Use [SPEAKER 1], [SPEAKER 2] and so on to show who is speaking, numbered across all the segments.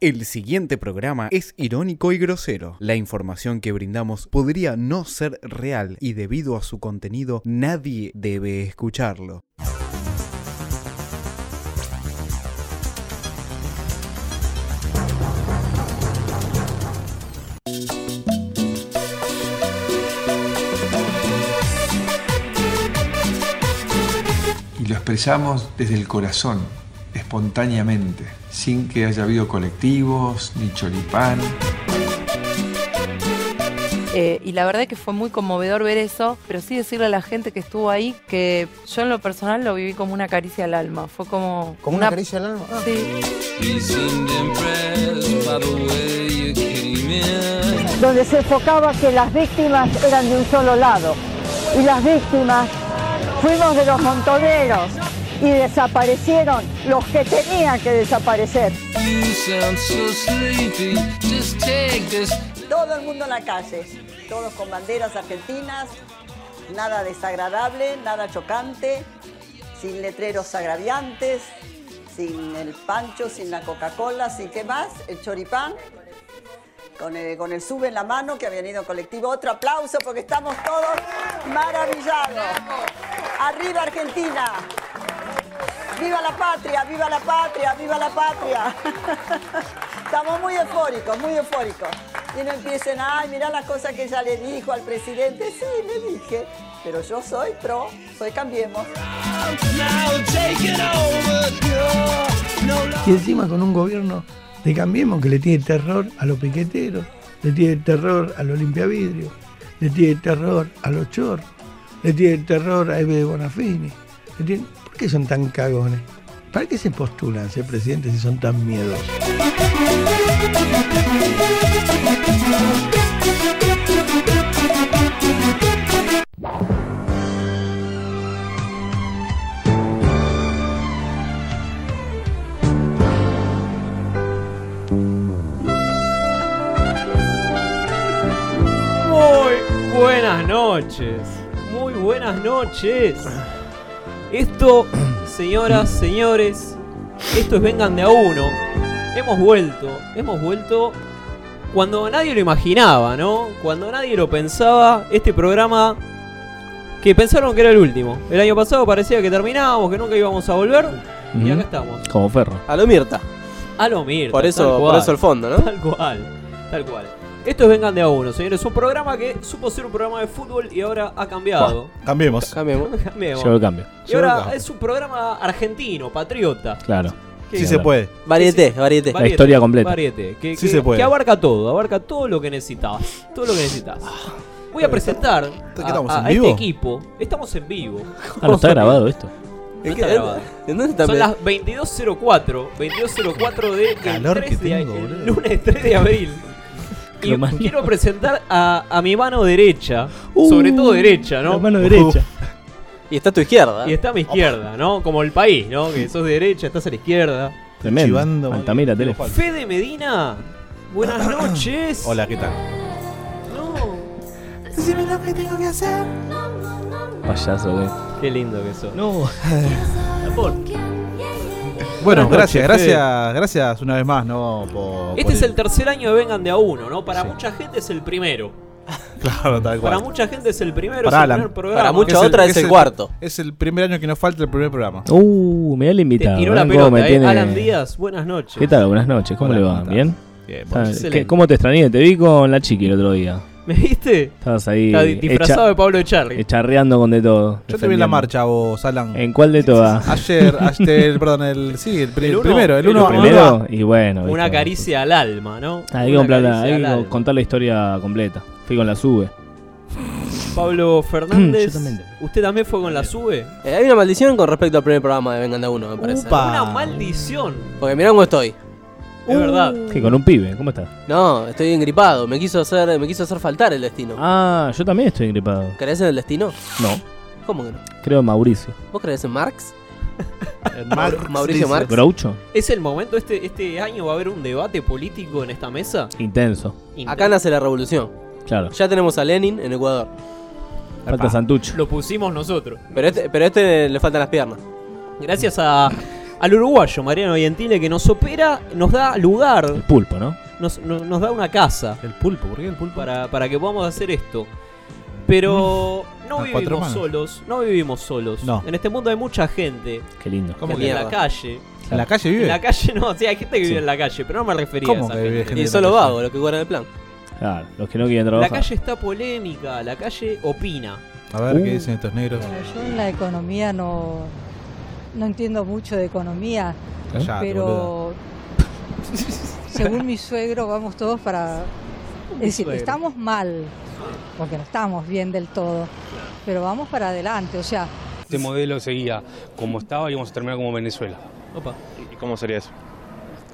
[SPEAKER 1] El siguiente programa es irónico y grosero. La información que brindamos podría no ser real y debido a su contenido nadie debe escucharlo.
[SPEAKER 2] y lo expresamos desde el corazón, espontáneamente, sin que haya habido colectivos ni choripán.
[SPEAKER 3] Eh, y la verdad que fue muy conmovedor ver eso, pero sí decirle a la gente que estuvo ahí que yo en lo personal lo viví como una caricia al alma. Fue como.
[SPEAKER 4] Como una caricia al alma. Ah.
[SPEAKER 3] Sí.
[SPEAKER 5] He seemed impressed by the way you came in.
[SPEAKER 6] donde se enfocaba que las víctimas eran de un solo lado. Y las víctimas fuimos de los montoneros y desaparecieron los que tenían que desaparecer.
[SPEAKER 5] You sound so sleepy. Just take this.
[SPEAKER 7] Todo el mundo en la calle, todos con banderas argentinas, nada desagradable, nada chocante, sin letreros agraviantes, sin el pancho, sin la Coca-Cola, sin qué más, el choripán, con el, con el sube en la mano que ha venido en colectivo. Otro aplauso porque estamos todos maravillados. Arriba Argentina. Viva la patria, viva la patria, viva la patria. Estamos muy eufóricos, muy eufóricos. Y no empiecen, ay, mirá las cosas que ya le dijo al presidente. Sí, le dije, pero yo soy pro, soy Cambiemos.
[SPEAKER 5] Now take it over, girl. No love.
[SPEAKER 8] Y encima con un gobierno de Cambiemos que le tiene terror a los piqueteros, le tiene terror a los limpiavidrios, le tiene terror a los chorros, le tiene terror a Eve de Bonafini. le tiene- ¿Por qué son tan cagones? ¿Para qué se postulan a ser presidentes si son tan miedosos?
[SPEAKER 9] Muy buenas noches. Muy buenas noches. Esto, señoras, señores, esto es Vengan de a uno. Hemos vuelto, hemos vuelto cuando nadie lo imaginaba, ¿no? Cuando nadie lo pensaba, este programa que pensaron que era el último. El año pasado parecía que terminábamos, que nunca íbamos a volver. Y acá estamos.
[SPEAKER 10] Como Ferro.
[SPEAKER 11] A lo Mirta.
[SPEAKER 9] A lo Mirta,
[SPEAKER 11] Por
[SPEAKER 9] tal
[SPEAKER 11] eso, por
[SPEAKER 9] cual.
[SPEAKER 11] eso el fondo, ¿no?
[SPEAKER 9] Tal cual, tal cual. Esto es Vengan de a uno, señores. Un programa que supo ser un programa de fútbol y ahora ha cambiado.
[SPEAKER 10] Cambiemos.
[SPEAKER 11] Cambiemos.
[SPEAKER 9] Cambiemos.
[SPEAKER 10] Yo lo cambio.
[SPEAKER 9] Y ahora es un programa argentino, patriota.
[SPEAKER 10] Claro.
[SPEAKER 9] Que-
[SPEAKER 10] Sí se puede.
[SPEAKER 11] Varieté, varieté.
[SPEAKER 10] La historia completa.
[SPEAKER 9] variete, que,
[SPEAKER 10] Sí
[SPEAKER 9] que-
[SPEAKER 10] se puede.
[SPEAKER 9] que abarca todo, abarca todo lo que necesitas. Todo lo que necesitas. Voy a presentar a,
[SPEAKER 10] estamos,
[SPEAKER 9] a
[SPEAKER 10] en
[SPEAKER 9] este
[SPEAKER 10] vivo?
[SPEAKER 9] equipo. Estamos en vivo.
[SPEAKER 10] Ah, no está grabado esto.
[SPEAKER 9] No está
[SPEAKER 11] ¿En-
[SPEAKER 9] grabado.
[SPEAKER 11] ¿En dónde está
[SPEAKER 9] Son
[SPEAKER 11] Mirta?
[SPEAKER 9] las 22.04. 22.04 de el
[SPEAKER 4] Calor
[SPEAKER 9] 3
[SPEAKER 4] que
[SPEAKER 9] de-
[SPEAKER 4] tengo,
[SPEAKER 9] el
[SPEAKER 4] boludo.
[SPEAKER 9] lunes 3 de abril. Y
[SPEAKER 10] Lo mani-
[SPEAKER 9] quiero presentar a, a mi mano derecha, sobre todo derecha,
[SPEAKER 10] La
[SPEAKER 9] ¿no?
[SPEAKER 10] mano derecha.
[SPEAKER 11] Y está a tu izquierda.
[SPEAKER 9] Y está a mi izquierda, ¿no? Como el país, ¿no? Que sos de derecha, estás a la izquierda.
[SPEAKER 10] Tremendo.
[SPEAKER 4] Chivando,
[SPEAKER 10] Altamira,
[SPEAKER 4] boludo.
[SPEAKER 10] tele.
[SPEAKER 9] Fede Medina, buenas noches. Este
[SPEAKER 4] Hola, ¿qué tal?
[SPEAKER 9] No.
[SPEAKER 10] Payaso, güey.
[SPEAKER 9] Qué lindo que sos.
[SPEAKER 10] No.
[SPEAKER 4] Bueno,
[SPEAKER 9] Buenas
[SPEAKER 4] gracias,
[SPEAKER 9] noches, Fede.
[SPEAKER 4] gracias, gracias una vez más, ¿no? Por,
[SPEAKER 9] Este
[SPEAKER 4] por
[SPEAKER 9] es el tercer año de Vengan de a uno, ¿no? Para mucha gente es el primero.
[SPEAKER 4] Claro, tal cual.
[SPEAKER 9] Para mucha gente es el primero,
[SPEAKER 4] Para
[SPEAKER 9] es el
[SPEAKER 4] Alan.
[SPEAKER 9] primer programa.
[SPEAKER 11] Para
[SPEAKER 4] Que
[SPEAKER 11] mucha otra
[SPEAKER 4] que
[SPEAKER 11] es el cuarto.
[SPEAKER 4] Es el primer año que nos falta el primer programa.
[SPEAKER 10] Uh, me da el
[SPEAKER 9] Te
[SPEAKER 10] invitado.
[SPEAKER 9] tiró
[SPEAKER 10] ¿eh?
[SPEAKER 9] la
[SPEAKER 10] ¿Cómo
[SPEAKER 9] pelota,
[SPEAKER 10] me
[SPEAKER 9] eh.
[SPEAKER 10] tiene-
[SPEAKER 9] Alan Díaz, buenas noches.
[SPEAKER 10] ¿Qué tal? Buenas noches. ¿Cómo
[SPEAKER 4] Hola,
[SPEAKER 10] le
[SPEAKER 4] ¿cómo
[SPEAKER 10] va?
[SPEAKER 4] estás?
[SPEAKER 10] ¿Bien?
[SPEAKER 4] Bien,
[SPEAKER 10] Ah,
[SPEAKER 4] bueno.
[SPEAKER 9] excelente.
[SPEAKER 10] ¿qué- ¿Cómo te extrañé? Te vi con la chiqui el otro día.
[SPEAKER 9] ¿Me viste?
[SPEAKER 10] Estabas ahí
[SPEAKER 9] Está di- disfrazado de Pablo Echarri.
[SPEAKER 10] echa- echarreando con de todo.
[SPEAKER 4] Yo te vi en la
[SPEAKER 10] defendiendo.
[SPEAKER 4] marcha, vos, Alan.
[SPEAKER 10] ¿En cuál de todas?
[SPEAKER 4] Ayer, ayer, perdón, el, sí, el, pri-
[SPEAKER 9] El
[SPEAKER 4] el
[SPEAKER 9] uno,
[SPEAKER 4] primero, el
[SPEAKER 9] el
[SPEAKER 4] uno.
[SPEAKER 9] uno.
[SPEAKER 10] Primero y bueno.
[SPEAKER 9] Una
[SPEAKER 10] viste.
[SPEAKER 9] caricia al alma, ¿no?
[SPEAKER 10] Ah, Hay que,
[SPEAKER 9] Una
[SPEAKER 10] comprar la-
[SPEAKER 9] caricia
[SPEAKER 10] hay
[SPEAKER 9] al
[SPEAKER 10] que
[SPEAKER 9] alma.
[SPEAKER 10] contar la historia completa. Fui con la sube.
[SPEAKER 9] Pablo Fernández,
[SPEAKER 10] Yo también.
[SPEAKER 9] ¿usted también fue con la SUBE?
[SPEAKER 11] Eh, hay una maldición con respecto al primer programa de Vengan de a Uno, me parece.
[SPEAKER 4] Upa.
[SPEAKER 10] Ah.
[SPEAKER 9] Una maldición,
[SPEAKER 11] Porque mirá cómo estoy.
[SPEAKER 9] es verdad.
[SPEAKER 10] Sí, con un pibe. ¿Cómo estás?
[SPEAKER 11] No, estoy engripado. Me quiso hacer, me quiso hacer faltar el destino.
[SPEAKER 10] Ah, yo también estoy gripado.
[SPEAKER 11] ¿Crees en el destino?
[SPEAKER 10] No.
[SPEAKER 11] ¿Cómo que no?
[SPEAKER 10] Creo en Mauricio.
[SPEAKER 11] ¿Vos crees en Marx?
[SPEAKER 4] Marx,
[SPEAKER 11] Mauricio
[SPEAKER 4] dice.
[SPEAKER 11] Marx.
[SPEAKER 10] Groucho,
[SPEAKER 9] ¿Es el momento? Este, ¿Este año va a haber un debate político en esta mesa?
[SPEAKER 10] intenso.
[SPEAKER 11] Acá nace la revolución.
[SPEAKER 10] Claro.
[SPEAKER 11] Ya tenemos a Lenin en Ecuador.
[SPEAKER 10] Falta Santucho.
[SPEAKER 9] Lo pusimos nosotros.
[SPEAKER 11] Pero este, pero este le faltan las piernas.
[SPEAKER 9] Gracias a Al uruguayo Mariano Gentile que nos opera, nos da lugar. El
[SPEAKER 10] pulpo, ¿no?
[SPEAKER 9] Nos, no- nos da una casa.
[SPEAKER 8] El pulpo, ¿por qué el pulpo?
[SPEAKER 9] Para, para que podamos hacer esto. Pero no
[SPEAKER 10] Mm.
[SPEAKER 8] Las cuatro
[SPEAKER 9] vivimos
[SPEAKER 8] manos.
[SPEAKER 9] solos, no vivimos solos.
[SPEAKER 8] No.
[SPEAKER 9] En este mundo hay mucha gente.
[SPEAKER 10] Qué lindo.
[SPEAKER 9] ¿Cómo
[SPEAKER 8] ¿Cómo
[SPEAKER 9] en
[SPEAKER 8] que?
[SPEAKER 9] la calle.
[SPEAKER 8] ¿En la calle vive?
[SPEAKER 9] En la calle no, o sea, hay gente que
[SPEAKER 10] Sí.
[SPEAKER 9] vive en la calle, pero no me refería
[SPEAKER 10] ¿Cómo
[SPEAKER 9] a
[SPEAKER 10] que
[SPEAKER 9] esa
[SPEAKER 10] vive
[SPEAKER 9] gente.
[SPEAKER 10] gente Y en solo la calle?
[SPEAKER 9] los que guardan el plan.
[SPEAKER 10] Claro, los que no quieren
[SPEAKER 9] La
[SPEAKER 10] trabajar.
[SPEAKER 9] calle está polémica, la calle opina.
[SPEAKER 8] A ver qué
[SPEAKER 9] Uh.
[SPEAKER 8] dicen estos negros.
[SPEAKER 12] Yo en la economía no, no entiendo mucho de economía,
[SPEAKER 8] Callate,
[SPEAKER 10] ¿Eh?
[SPEAKER 12] pero según mi suegro vamos todos para... Es
[SPEAKER 13] Mi
[SPEAKER 12] decir,
[SPEAKER 13] suegro.
[SPEAKER 12] estamos mal, porque no estamos bien del todo, pero vamos para adelante, o sea,
[SPEAKER 13] Este modelo seguía como estaba y íbamos a terminar como Venezuela.
[SPEAKER 14] ¿Y cómo sería eso?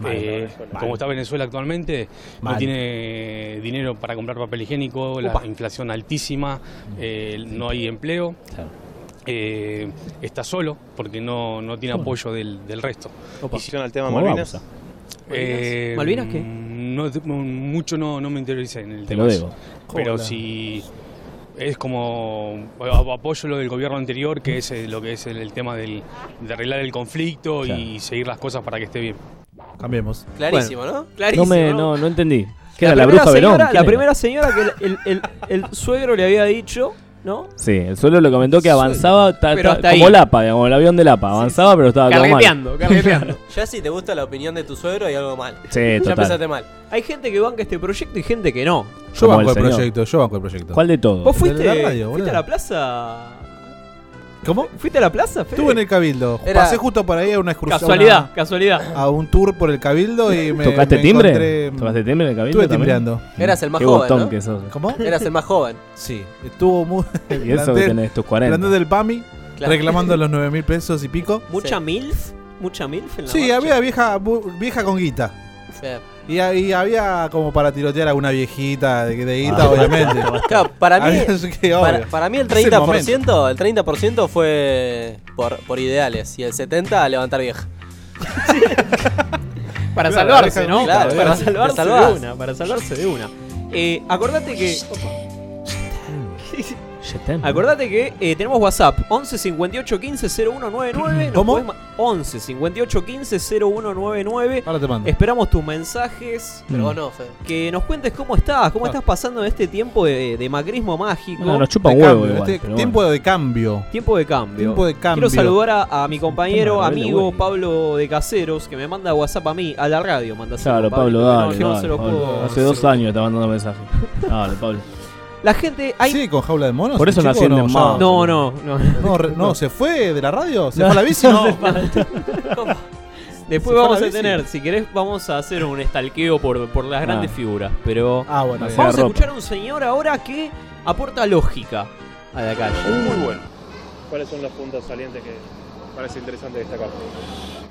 [SPEAKER 13] Eh,
[SPEAKER 14] Mal.
[SPEAKER 13] como está Venezuela actualmente,
[SPEAKER 14] Mal.
[SPEAKER 13] no tiene dinero para comprar papel higiénico, la inflación altísima, eh, no hay empleo, eh, está solo porque no, no tiene apoyo del, del resto.
[SPEAKER 14] Opa.
[SPEAKER 13] si-
[SPEAKER 14] Al tema ¿Cómo Malvinas. vamos
[SPEAKER 13] Eh,
[SPEAKER 14] ¿Malvinas qué?
[SPEAKER 13] No, no- mucho no, no me interesé en el
[SPEAKER 10] Te
[SPEAKER 13] tema.
[SPEAKER 10] lo
[SPEAKER 13] ese.
[SPEAKER 10] debo.
[SPEAKER 13] Pero
[SPEAKER 10] Hola.
[SPEAKER 13] si es como bueno, apoyo lo del gobierno anterior, que es eh, lo que es el, el tema del, de arreglar el conflicto y seguir las cosas para que esté bien.
[SPEAKER 8] Cambiemos.
[SPEAKER 7] Clarísimo, ¿no? Clarísimo.
[SPEAKER 10] No, me, no, no entendí. ¿Qué era la,
[SPEAKER 9] primera
[SPEAKER 10] bruja Verón?
[SPEAKER 9] señora-
[SPEAKER 10] ¿Quién
[SPEAKER 9] La
[SPEAKER 10] era?
[SPEAKER 9] primera señora que el, el- el- el suegro le había dicho, ¿no?
[SPEAKER 10] Sí, el suelo le comentó que avanzaba ta-
[SPEAKER 9] Pero
[SPEAKER 10] ta-
[SPEAKER 9] hasta
[SPEAKER 10] como
[SPEAKER 9] ahí.
[SPEAKER 10] Lapa, digamos, el avión de Lapa. Avanzaba, pero estaba todo mal.
[SPEAKER 7] ya si te gusta la opinión de tu suegro hay algo mal.
[SPEAKER 10] Sí,
[SPEAKER 7] ya
[SPEAKER 10] total.
[SPEAKER 7] empezaste mal.
[SPEAKER 9] Hay gente que banca este proyecto y gente que no.
[SPEAKER 8] Yo
[SPEAKER 10] Como
[SPEAKER 8] banco el,
[SPEAKER 10] el señor.
[SPEAKER 8] proyecto, yo banco el proyecto.
[SPEAKER 10] ¿Cuál de todos?
[SPEAKER 9] ¿Vos
[SPEAKER 8] El
[SPEAKER 9] fuiste,
[SPEAKER 8] de la radio,
[SPEAKER 9] fuiste
[SPEAKER 8] boludo.
[SPEAKER 9] a la plaza?
[SPEAKER 8] ¿Cómo?
[SPEAKER 9] ¿Fuiste a la plaza, Fede?
[SPEAKER 8] Estuve en el Cabildo.
[SPEAKER 9] Era-
[SPEAKER 8] Pasé justo por ahí a una excursión.
[SPEAKER 9] Casualidad,
[SPEAKER 8] a una-
[SPEAKER 9] casualidad.
[SPEAKER 8] A un tour por el Cabildo y me.
[SPEAKER 10] ¿Tocaste
[SPEAKER 8] me
[SPEAKER 10] timbre?
[SPEAKER 8] encontré-
[SPEAKER 10] ¿Tocaste timbre en el cabildo
[SPEAKER 8] Estuve
[SPEAKER 10] también?
[SPEAKER 8] timbreando.
[SPEAKER 7] Eras el más
[SPEAKER 10] Qué
[SPEAKER 7] joven,
[SPEAKER 10] botón
[SPEAKER 7] ¿no?
[SPEAKER 10] que sos.
[SPEAKER 8] ¿Cómo?
[SPEAKER 7] Eras el más joven.
[SPEAKER 8] Sí, estuvo muy.
[SPEAKER 10] Y eso que
[SPEAKER 8] plantel-
[SPEAKER 10] tenés tus 40.
[SPEAKER 8] plantel del PAMI
[SPEAKER 9] Claro.
[SPEAKER 8] reclamando los 9 mil pesos y pico.
[SPEAKER 9] ¿Mucha MILF? ¿Mucha MILF en la
[SPEAKER 8] Sí,
[SPEAKER 9] marcha?
[SPEAKER 8] había vieja, bu- vieja con guita. Y, ha- y había como para tirotear a una viejita de, de guita,
[SPEAKER 7] Ah.
[SPEAKER 8] obviamente.
[SPEAKER 7] Claro, para
[SPEAKER 10] Ah,
[SPEAKER 7] mí,
[SPEAKER 8] Había- así Ah, que, obvio.
[SPEAKER 7] para, para mí el
[SPEAKER 8] Es el
[SPEAKER 7] 30%, el 30 fue por, por ideales y el 70% a levantar vieja.
[SPEAKER 9] Para
[SPEAKER 7] Claro,
[SPEAKER 9] salvarse,
[SPEAKER 7] deja-
[SPEAKER 9] ¿no?
[SPEAKER 7] claro,
[SPEAKER 9] para
[SPEAKER 7] deja- te
[SPEAKER 9] salvarse de
[SPEAKER 7] salvás.
[SPEAKER 9] una, para salvarse de una. Eh, acordate que. Acordate que eh, tenemos WhatsApp 11 58 15 0199. nos podés ma- 11 58 15 0199.
[SPEAKER 8] Ahora te mando.
[SPEAKER 9] Esperamos tus mensajes.
[SPEAKER 7] Pero vos no, Fede.
[SPEAKER 9] Que nos cuentes cómo estás, cómo estás pasando este tiempo de, de macrismo mágico.
[SPEAKER 10] Bueno, nos chupa
[SPEAKER 8] De
[SPEAKER 10] un huevo
[SPEAKER 8] cambio,
[SPEAKER 10] igual,
[SPEAKER 8] este
[SPEAKER 10] pero
[SPEAKER 8] tiempo de cambio.
[SPEAKER 9] Tiempo de cambio.
[SPEAKER 8] Tiempo de cambio.
[SPEAKER 9] Quiero saludar a, a mi compañero,
[SPEAKER 8] Qué maravilla,
[SPEAKER 9] amigo
[SPEAKER 8] güey.
[SPEAKER 9] Pablo de Caseros, que me manda WhatsApp a mí, a la radio. Manda
[SPEAKER 10] Claro,
[SPEAKER 9] saludos,
[SPEAKER 10] Pablo,
[SPEAKER 9] No,
[SPEAKER 10] dale.
[SPEAKER 9] yo no
[SPEAKER 10] dale,
[SPEAKER 9] se lo
[SPEAKER 10] Pablo.
[SPEAKER 9] puedo-
[SPEAKER 10] Hace dos años estaba mandando mensaje. Dale, Pablo.
[SPEAKER 9] La gente. Hay...
[SPEAKER 8] Sí, con jaula de monos.
[SPEAKER 10] Por
[SPEAKER 8] el
[SPEAKER 10] eso no
[SPEAKER 8] chico,
[SPEAKER 10] ascienden
[SPEAKER 8] ya-
[SPEAKER 10] más.
[SPEAKER 9] No, no, no.
[SPEAKER 8] No, re- no, ¿se fue de la radio? ¿Se fue a la bici? No. Se
[SPEAKER 9] Después
[SPEAKER 8] fue
[SPEAKER 9] vamos
[SPEAKER 8] la
[SPEAKER 9] a
[SPEAKER 8] bici.
[SPEAKER 9] tener, si querés, vamos a hacer un estalqueo por, por las grandes figuras. Pero
[SPEAKER 8] Ah, bueno,
[SPEAKER 9] vamos
[SPEAKER 8] bien.
[SPEAKER 9] a
[SPEAKER 8] Ropa.
[SPEAKER 9] escuchar a un señor ahora que aporta lógica a la calle.
[SPEAKER 15] Muy bueno. ¿Cuáles son los puntos salientes que parece interesante destacar?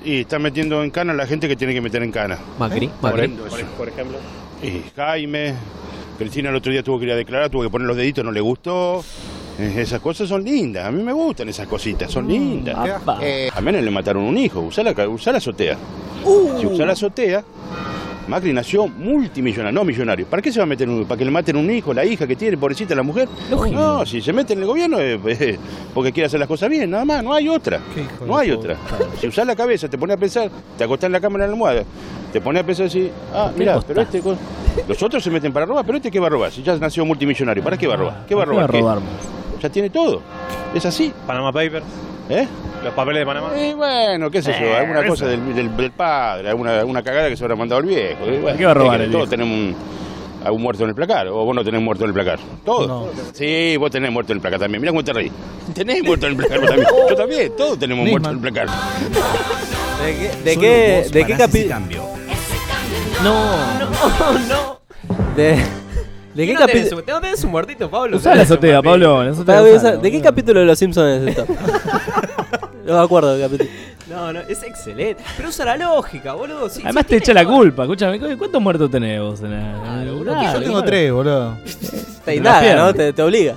[SPEAKER 5] Y está metiendo en cana a la gente que tiene que meter en cana.
[SPEAKER 9] Macri,
[SPEAKER 7] ¿Eh?
[SPEAKER 5] Por
[SPEAKER 9] Macri.
[SPEAKER 5] ejemplo,
[SPEAKER 15] Por, por ejemplo.
[SPEAKER 5] Y Jaime, Cristina el otro día tuvo que ir a declarar, tuvo que poner los deditos, no le gustó. Eh, Esas cosas son lindas, a mí me gustan esas cositas, son lindas. Eh, A Menem le mataron un hijo, usá la, ca- usá la azotea. Si usá la azotea, Macri nació multimillonario, no millonario. ¿Para qué se va a meter en un ¿Para que le maten un hijo, la hija que tiene, pobrecita la mujer? No, si se mete en el gobierno es porque quiere hacer las cosas bien, nada más, no hay otra. No hay otra. Si usás la cabeza, te pones a pensar, te acostás en la cama en la almohada, te pones a pensar así, ah,
[SPEAKER 15] ¿Por qué
[SPEAKER 5] mira,
[SPEAKER 15] acostás?
[SPEAKER 5] pero este... co- Los otros se meten para robar, pero este qué va a robar, si ya nació multimillonario, ¿para qué va a robar? ¿Qué va a
[SPEAKER 10] ¿Para
[SPEAKER 5] robar?
[SPEAKER 10] qué va a
[SPEAKER 5] ¿Qué? Ya tiene todo, es así. Panama Papers. ¿Eh?
[SPEAKER 15] Los papeles de Panamá.
[SPEAKER 5] Y bueno, qué sé yo,
[SPEAKER 15] Eh,
[SPEAKER 5] alguna
[SPEAKER 15] esa.
[SPEAKER 5] cosa del, del- del padre, alguna, alguna cagada que se habrá mandado el viejo. Y bueno,
[SPEAKER 15] ¿Qué va a robar
[SPEAKER 5] es que
[SPEAKER 15] el
[SPEAKER 5] Todos
[SPEAKER 15] viejo?
[SPEAKER 5] tenemos un, algún muerto en el placar, o vos no tenés muerto en el placar. Todos. Sí, vos tenés muerto en el placar también. Mirá cómo te reí. Tenés muerto en el placar vos también. Yo también, todos tenemos muerto en el placar.
[SPEAKER 7] ¿De qué, de qué, de qué capi- No.
[SPEAKER 9] No, no.
[SPEAKER 7] ¿De, de qué
[SPEAKER 9] no tenés,
[SPEAKER 7] capítulo?
[SPEAKER 9] un- no tenés un muertito, Pablo.
[SPEAKER 7] Usá
[SPEAKER 9] Tenés
[SPEAKER 7] la
[SPEAKER 9] un
[SPEAKER 7] azotea,
[SPEAKER 9] papel.
[SPEAKER 10] Pablo, la azotea.
[SPEAKER 7] ¿De qué capítulo de Los Simpsons es esto? no me acuerdo del capítulo.
[SPEAKER 9] No, no, es excelente. Pero usa la lógica, boludo. Sí,
[SPEAKER 10] Además te echa la culpa, escúchame. ¿cu- ¿Cuántos muertos tenés vos en la- Dale,
[SPEAKER 8] Yo tengo
[SPEAKER 10] boludo.
[SPEAKER 8] tres, boludo.
[SPEAKER 7] Te
[SPEAKER 10] En la
[SPEAKER 7] indaga,
[SPEAKER 10] pierna.
[SPEAKER 7] ¿no? Te, te obliga.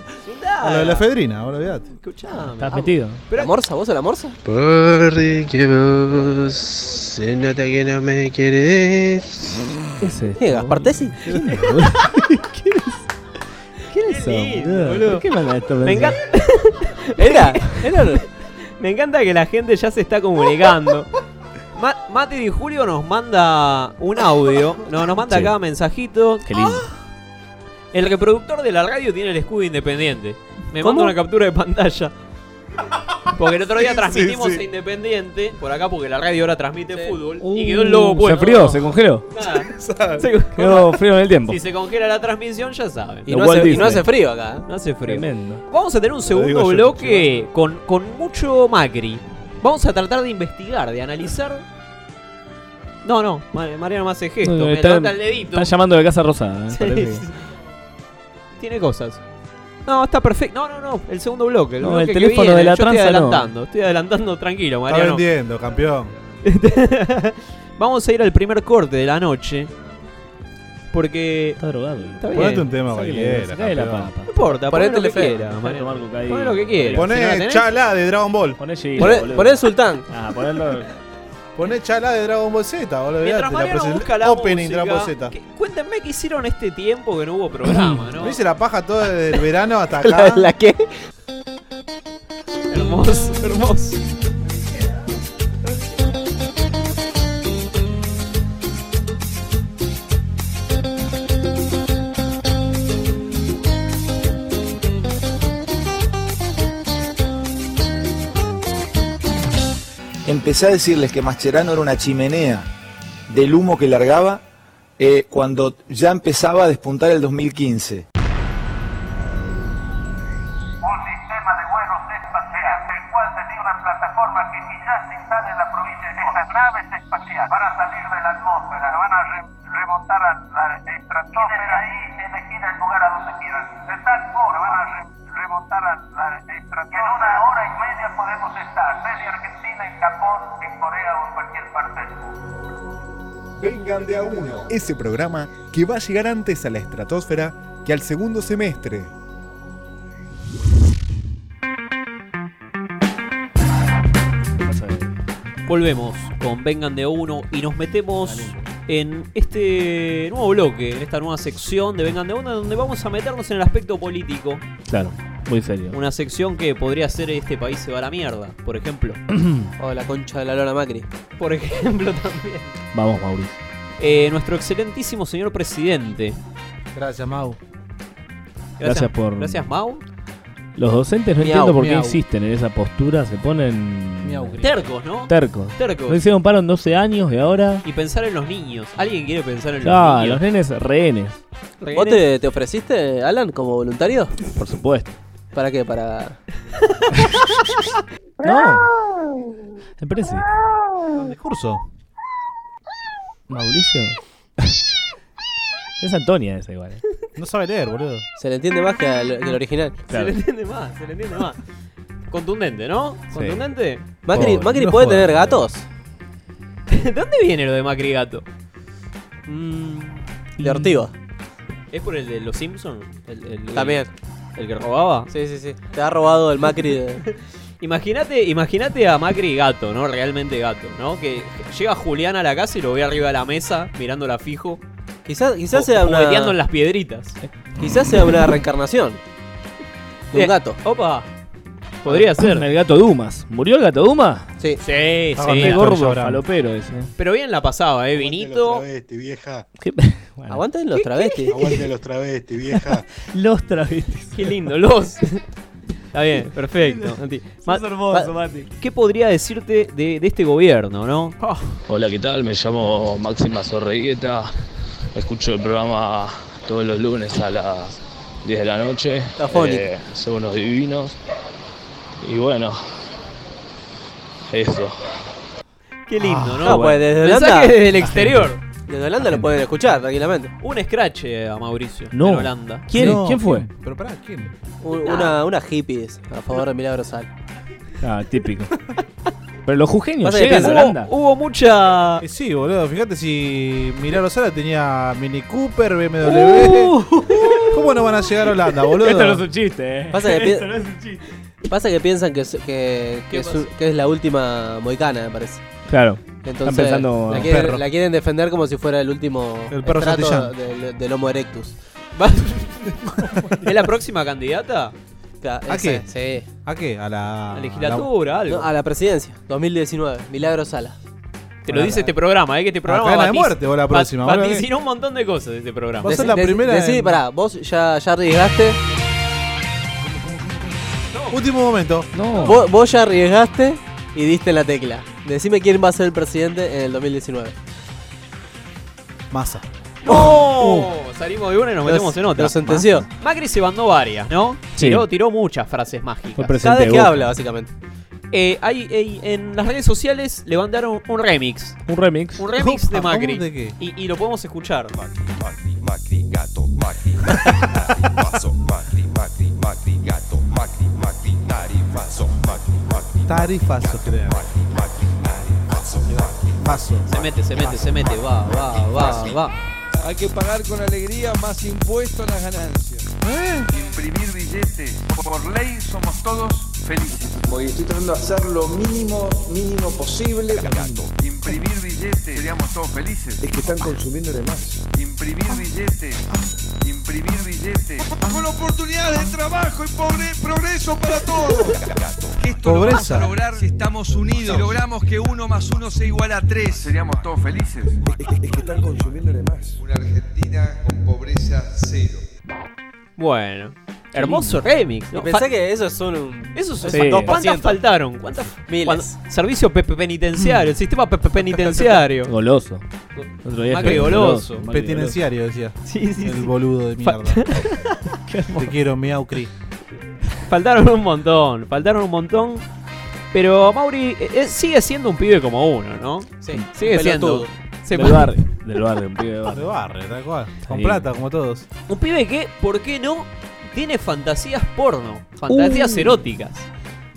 [SPEAKER 8] A lo de la efedrina, ahora olvidate.
[SPEAKER 9] Escuchame.
[SPEAKER 10] ¿Estás metido?
[SPEAKER 7] ¿La morsa? ¿Vos o la morsa?
[SPEAKER 16] Porque vos se nota que no me querés.
[SPEAKER 10] ¿Qué es esto?
[SPEAKER 7] ¿Qué, Gaspar Tesi?
[SPEAKER 10] ¿Quiénes son,
[SPEAKER 9] lindo,
[SPEAKER 10] boludo?
[SPEAKER 9] boludo.
[SPEAKER 10] ¿Por qué mandan estos
[SPEAKER 9] Me
[SPEAKER 10] mensajes?
[SPEAKER 9] encanta. Era, era. Me encanta que la gente ya se está comunicando. Ma- Mati Di Julio nos manda un audio. No, nos manda
[SPEAKER 10] Sí.
[SPEAKER 9] acá mensajito. Ah.
[SPEAKER 10] Qué lindo.
[SPEAKER 9] El reproductor de la radio tiene el escudo independiente. Me
[SPEAKER 10] ¿Cómo?
[SPEAKER 9] manda una captura de pantalla. Porque el otro día
[SPEAKER 10] Sí,
[SPEAKER 9] transmitimos
[SPEAKER 10] sí, sí.
[SPEAKER 9] a Independiente por acá porque la radio ahora transmite fútbol y quedó
[SPEAKER 10] Uh,
[SPEAKER 9] el logo puesto.
[SPEAKER 10] Se frió, se congeló.
[SPEAKER 9] Nada. Se
[SPEAKER 10] Quedó frío en el tiempo.
[SPEAKER 9] Si se congela la transmisión, ya saben.
[SPEAKER 10] Y Lo no Walt hace- y no Disney. hace
[SPEAKER 9] frío acá. No hace frío.
[SPEAKER 10] Tremendo.
[SPEAKER 9] Vamos a tener un segundo
[SPEAKER 10] digo yo,
[SPEAKER 9] bloque con, con mucho Macri. Vamos a tratar de investigar, de analizar. No, no, Ma- Mariano me hace gesto.
[SPEAKER 10] No,
[SPEAKER 9] me
[SPEAKER 10] está-
[SPEAKER 9] levanta el dedito.
[SPEAKER 10] Están llamando de Casa Rosada. eh,
[SPEAKER 9] Sí,
[SPEAKER 10] parece que-
[SPEAKER 9] sí. Tiene cosas. No, está perfecto. No, no, no. El segundo bloque. El,
[SPEAKER 10] No,
[SPEAKER 9] bloque
[SPEAKER 10] el
[SPEAKER 9] que
[SPEAKER 10] teléfono
[SPEAKER 9] viene.
[SPEAKER 10] de la
[SPEAKER 9] Yo
[SPEAKER 10] tranza no.
[SPEAKER 9] Estoy adelantando, estoy adelantando tranquilo,
[SPEAKER 8] Está
[SPEAKER 9] Mariano.
[SPEAKER 8] vendiendo, campeón.
[SPEAKER 9] Vamos a ir al primer corte de la noche. Porque. Está
[SPEAKER 10] drogado.
[SPEAKER 9] Está bien.
[SPEAKER 8] Ponete un tema cualquiera.
[SPEAKER 9] Sacale la
[SPEAKER 8] campeón.
[SPEAKER 9] papa. No importa, poné lo que
[SPEAKER 7] Ponete
[SPEAKER 9] quiera,
[SPEAKER 7] Telefe.
[SPEAKER 9] Mariano.
[SPEAKER 7] Tomar cocaína.
[SPEAKER 9] Poné lo que quiera.
[SPEAKER 8] Poné
[SPEAKER 9] Si no la tenés, e-
[SPEAKER 8] Chala de Dragon Ball.
[SPEAKER 10] Poné
[SPEAKER 7] Poné- boludo. poné el Sultán.
[SPEAKER 10] Ah, ponerlo.
[SPEAKER 8] Poné Chala de Dragon Ball Z, boludo.
[SPEAKER 9] Mientras
[SPEAKER 8] olvidate,
[SPEAKER 9] Mariano
[SPEAKER 8] la presen-
[SPEAKER 9] busca la
[SPEAKER 8] Opening
[SPEAKER 9] música,
[SPEAKER 8] Dragon Ball Z.
[SPEAKER 9] que- Cuéntenme qué hicieron este tiempo que no hubo programa, ¿no?
[SPEAKER 8] Me hice la paja todo desde el verano hasta
[SPEAKER 9] ¿La-
[SPEAKER 8] acá.
[SPEAKER 9] la qué? Hermoso, hermoso.
[SPEAKER 17] Empecé a decirles que Mascherano era una chimenea del humo que largaba eh, cuando ya empezaba a despuntar el 2015.
[SPEAKER 18] un sistema de vuelos espacial, el cual tenía una plataforma que quizás se instale en la provincia. Estas naves espaciales van a salir de la atmósfera, van a re- remontar a la estratosfera. Y desde ahí elegir el lugar a donde quieran. De tal forma van a re- remontar a la estratosfera. En una hora y media podemos estar desde Argentina, en Japón, en Corea o en cualquier parte del mundo.
[SPEAKER 1] Vengan de a uno. Ese programa que va a llegar antes a la estratosfera que al segundo semestre.
[SPEAKER 9] Volvemos con Vengan de a Uno y nos metemos en este nuevo bloque, en esta nueva sección de Vengan de a Uno, donde vamos a meternos en el aspecto político.
[SPEAKER 10] Claro, muy serio.
[SPEAKER 9] Una sección que podría ser Este país se va a la mierda, por ejemplo.
[SPEAKER 7] O Oh, la concha de la lora Macri.
[SPEAKER 9] Por ejemplo, también.
[SPEAKER 10] Vamos, Mauricio.
[SPEAKER 9] Eh, nuestro excelentísimo señor presidente.
[SPEAKER 8] Gracias, Mau.
[SPEAKER 10] Gracias por-
[SPEAKER 9] Gracias, Mau.
[SPEAKER 10] Los docentes no
[SPEAKER 9] Miau,
[SPEAKER 10] entiendo por qué
[SPEAKER 9] miau.
[SPEAKER 10] insisten en esa postura, se ponen.
[SPEAKER 9] Tercos, ¿no?
[SPEAKER 10] Tercos.
[SPEAKER 9] Tercos.
[SPEAKER 10] No hicieron paro en 12 años y ahora.
[SPEAKER 9] Y pensar en los niños. ¿Alguien quiere pensar en los
[SPEAKER 10] Ah,
[SPEAKER 9] niños?
[SPEAKER 10] los nenes rehenes.
[SPEAKER 7] ¿Vos te, te ofreciste, Alan, como voluntario?
[SPEAKER 10] Por supuesto.
[SPEAKER 7] ¿Para qué? Para.
[SPEAKER 10] No. El Prezi.
[SPEAKER 8] Discurso.
[SPEAKER 10] Mauricio. es Antonia esa igual. eh.
[SPEAKER 8] No sabe leer, boludo.
[SPEAKER 7] Se le entiende más que al que al original.
[SPEAKER 9] Se le entiende más, se le entiende más. Contundente, ¿no? Contundente.
[SPEAKER 7] Macri, Macri puede tener gatos.
[SPEAKER 9] ¿De dónde viene lo de Macri gato? Mm,
[SPEAKER 7] De Ortigo.
[SPEAKER 9] ¿Es por el de los Simpsons? El, el-
[SPEAKER 7] También.
[SPEAKER 9] ¿El, que robaba?
[SPEAKER 7] Sí, sí, sí. Te ha robado el Macri de.
[SPEAKER 9] Imagínate, imagínate a Macri gato, ¿no? Realmente gato, ¿no? Que llega Julián a la casa y lo ve arriba de la mesa, mirándola fijo.
[SPEAKER 7] Quizás, quizás
[SPEAKER 9] o-
[SPEAKER 7] sea una.
[SPEAKER 9] jugueteando en las piedritas.
[SPEAKER 7] Quizás sea una reencarnación. De
[SPEAKER 9] Eh,
[SPEAKER 7] un gato.
[SPEAKER 9] Opa. Podría ser.
[SPEAKER 10] Ah, El gato Dumas. ¿Murió el gato Dumas?
[SPEAKER 7] Sí.
[SPEAKER 9] Sí,
[SPEAKER 10] Ah,
[SPEAKER 9] sí.
[SPEAKER 10] qué gordo, falopero ese.
[SPEAKER 9] Pero bien la pasaba, ¿eh? Vinito.
[SPEAKER 19] vieja.
[SPEAKER 7] Aguanten los travestis.
[SPEAKER 19] Aguante los travestis, vieja.
[SPEAKER 10] Los travestis.
[SPEAKER 9] Qué lindo, los. Está bien, perfecto. Mati. Ma-
[SPEAKER 10] hermoso,
[SPEAKER 9] ma- ¿Qué podría decirte de, de este gobierno, no?
[SPEAKER 14] Hola, ¿qué tal? Me llamo Máxima Sorregueta. Escucho el programa todos los lunes a las 10 de la noche. Eh,
[SPEAKER 7] fónico.
[SPEAKER 14] son unos divinos. Y bueno, eso.
[SPEAKER 9] Qué lindo,
[SPEAKER 7] No,
[SPEAKER 9] ¿no?
[SPEAKER 7] pues desde
[SPEAKER 9] Ah, Pensá
[SPEAKER 7] Holanda.
[SPEAKER 9] que desde el exterior.
[SPEAKER 7] Desde Holanda lo pueden escuchar tranquilamente.
[SPEAKER 9] Un scratch eh, a Mauricio
[SPEAKER 7] No.
[SPEAKER 9] en Holanda.
[SPEAKER 7] ¿Quién? No, ¿Quién
[SPEAKER 10] fue?
[SPEAKER 8] Pero pará, ¿quién?
[SPEAKER 7] Un- Una, una hippies a favor de Milagrosal.
[SPEAKER 10] Ah, típico. Pero los jujeños
[SPEAKER 7] Pasa que
[SPEAKER 10] llegan a
[SPEAKER 7] piensa-
[SPEAKER 10] Holanda.
[SPEAKER 9] Hubo mucha.
[SPEAKER 8] sí, boludo. Fíjate si Milagro Sala tenía Mini Cooper, BMW. ¿Cómo no van a llegar a Holanda, boludo?
[SPEAKER 10] Uh, Esto no es un chiste, eh.
[SPEAKER 7] Pasa que pi-
[SPEAKER 10] Esto no es un chiste.
[SPEAKER 7] Pasa que piensan que, es- que, que es, un- que es la última moicana, me parece.
[SPEAKER 10] Claro. Están
[SPEAKER 7] Entonces,
[SPEAKER 10] pensando.
[SPEAKER 7] la,
[SPEAKER 10] en
[SPEAKER 7] quieren,
[SPEAKER 10] perro.
[SPEAKER 7] la quieren defender como si fuera el último
[SPEAKER 10] El perro
[SPEAKER 7] estrato
[SPEAKER 10] Santillán.
[SPEAKER 7] del, del Homo erectus.
[SPEAKER 9] ¿Es la próxima candidata?
[SPEAKER 7] ¿A qué? Sí.
[SPEAKER 8] ¿A qué? A la
[SPEAKER 7] A
[SPEAKER 9] legislatura, algo.
[SPEAKER 7] a la presidencia, 2019, Milagro Sala.
[SPEAKER 9] Te lo dice este programa, ¿eh? Que este programa.
[SPEAKER 8] Cadena de
[SPEAKER 9] batiz-
[SPEAKER 8] muerte, vos la
[SPEAKER 9] bat-
[SPEAKER 8] próxima, boludo.
[SPEAKER 9] Vaticinó un montón de cosas este programa.
[SPEAKER 8] Vos sos la primera
[SPEAKER 7] Decí,
[SPEAKER 8] en-
[SPEAKER 7] pará, vos ya, ya arriesgaste.
[SPEAKER 8] Último momento.
[SPEAKER 7] Vos, vos ya arriesgaste y diste la tecla. Decime quién va a ser el presidente en el 2019.
[SPEAKER 8] Masa.
[SPEAKER 9] ¡No! Salimos de una y nos metemos en otra.
[SPEAKER 7] Lo sentenció.
[SPEAKER 9] Macri se mandó varias, ¿no?
[SPEAKER 7] Sí.
[SPEAKER 9] Tiró, tiró muchas frases mágicas.
[SPEAKER 7] Fue presidente Cada vez de que Boca. habla, básicamente.
[SPEAKER 9] Eh, hay, hay- en las redes sociales levantaron un remix.
[SPEAKER 10] Un remix.
[SPEAKER 9] Un remix de
[SPEAKER 10] ¿Cómo?
[SPEAKER 9] Macri.
[SPEAKER 10] ¿De qué?
[SPEAKER 9] Y, y lo podemos escuchar.
[SPEAKER 20] Macri, Macri, gato, Macri, Macri, vaso, Macri, Macri, Macri, gato, Macri, Macri, tarifazo, Macri, Macri,
[SPEAKER 8] Tarifazo, creo.
[SPEAKER 20] vaso, Macri,
[SPEAKER 9] Se mete, se mete, se mete. Va, va, va, va.
[SPEAKER 2] Hay que pagar con alegría más impuestos a las ganancias.
[SPEAKER 18] Imprimir billetes. Por ley somos todos felices.
[SPEAKER 2] Hoy estoy tratando de hacer lo mínimo, mínimo posible.
[SPEAKER 18] Imprimir billetes. Seríamos todos felices.
[SPEAKER 2] Es que están consumiendo de más.
[SPEAKER 18] Imprimir billetes. Imprimir billetes. Con oportunidades de trabajo y pobre- progreso para todos. Esto lo vamos a
[SPEAKER 2] Pobreza.
[SPEAKER 18] lograr si estamos unidos. Si logramos que uno más uno sea igual a tres. Seríamos todos felices.
[SPEAKER 2] Es que están consumiendo de más. Una Argentina con pobreza cero.
[SPEAKER 9] Bueno. Hermoso remix.
[SPEAKER 7] Y
[SPEAKER 9] ¿no?
[SPEAKER 7] pensá
[SPEAKER 9] Fa-
[SPEAKER 7] que eso es un.
[SPEAKER 9] Eso es
[SPEAKER 7] un
[SPEAKER 9] ¿Cuántas
[SPEAKER 7] 2%.
[SPEAKER 9] faltaron? ¿Cuántas?
[SPEAKER 7] Miles.
[SPEAKER 9] cuando- servicio pe- pe- penitenciario, el sistema pe- pe- penitenciario.
[SPEAKER 10] Goloso. Otro día
[SPEAKER 9] Macri
[SPEAKER 10] fue
[SPEAKER 9] goloso.
[SPEAKER 10] goloso. Macri
[SPEAKER 8] Petinenciario decía.
[SPEAKER 9] Sí, sí,
[SPEAKER 8] El
[SPEAKER 9] sí.
[SPEAKER 8] boludo de
[SPEAKER 9] Fa-
[SPEAKER 8] mierda. Te quiero, miau, Cri.
[SPEAKER 9] Faltaron un montón, faltaron un montón. Pero Mauri eh, eh, sigue siendo un pibe como uno, ¿no?
[SPEAKER 7] Sí,
[SPEAKER 9] sigue
[SPEAKER 7] un
[SPEAKER 9] siendo.
[SPEAKER 7] pelotudo.
[SPEAKER 9] Se-
[SPEAKER 10] Del barrio, del barrio, un pibe de
[SPEAKER 8] De
[SPEAKER 10] barrio.
[SPEAKER 8] barrio, tal cual. Con
[SPEAKER 10] Sí.
[SPEAKER 8] plata, como todos.
[SPEAKER 9] Un pibe que, ¿por qué no? Tiene fantasías porno, fantasías
[SPEAKER 8] Uh.
[SPEAKER 9] eróticas.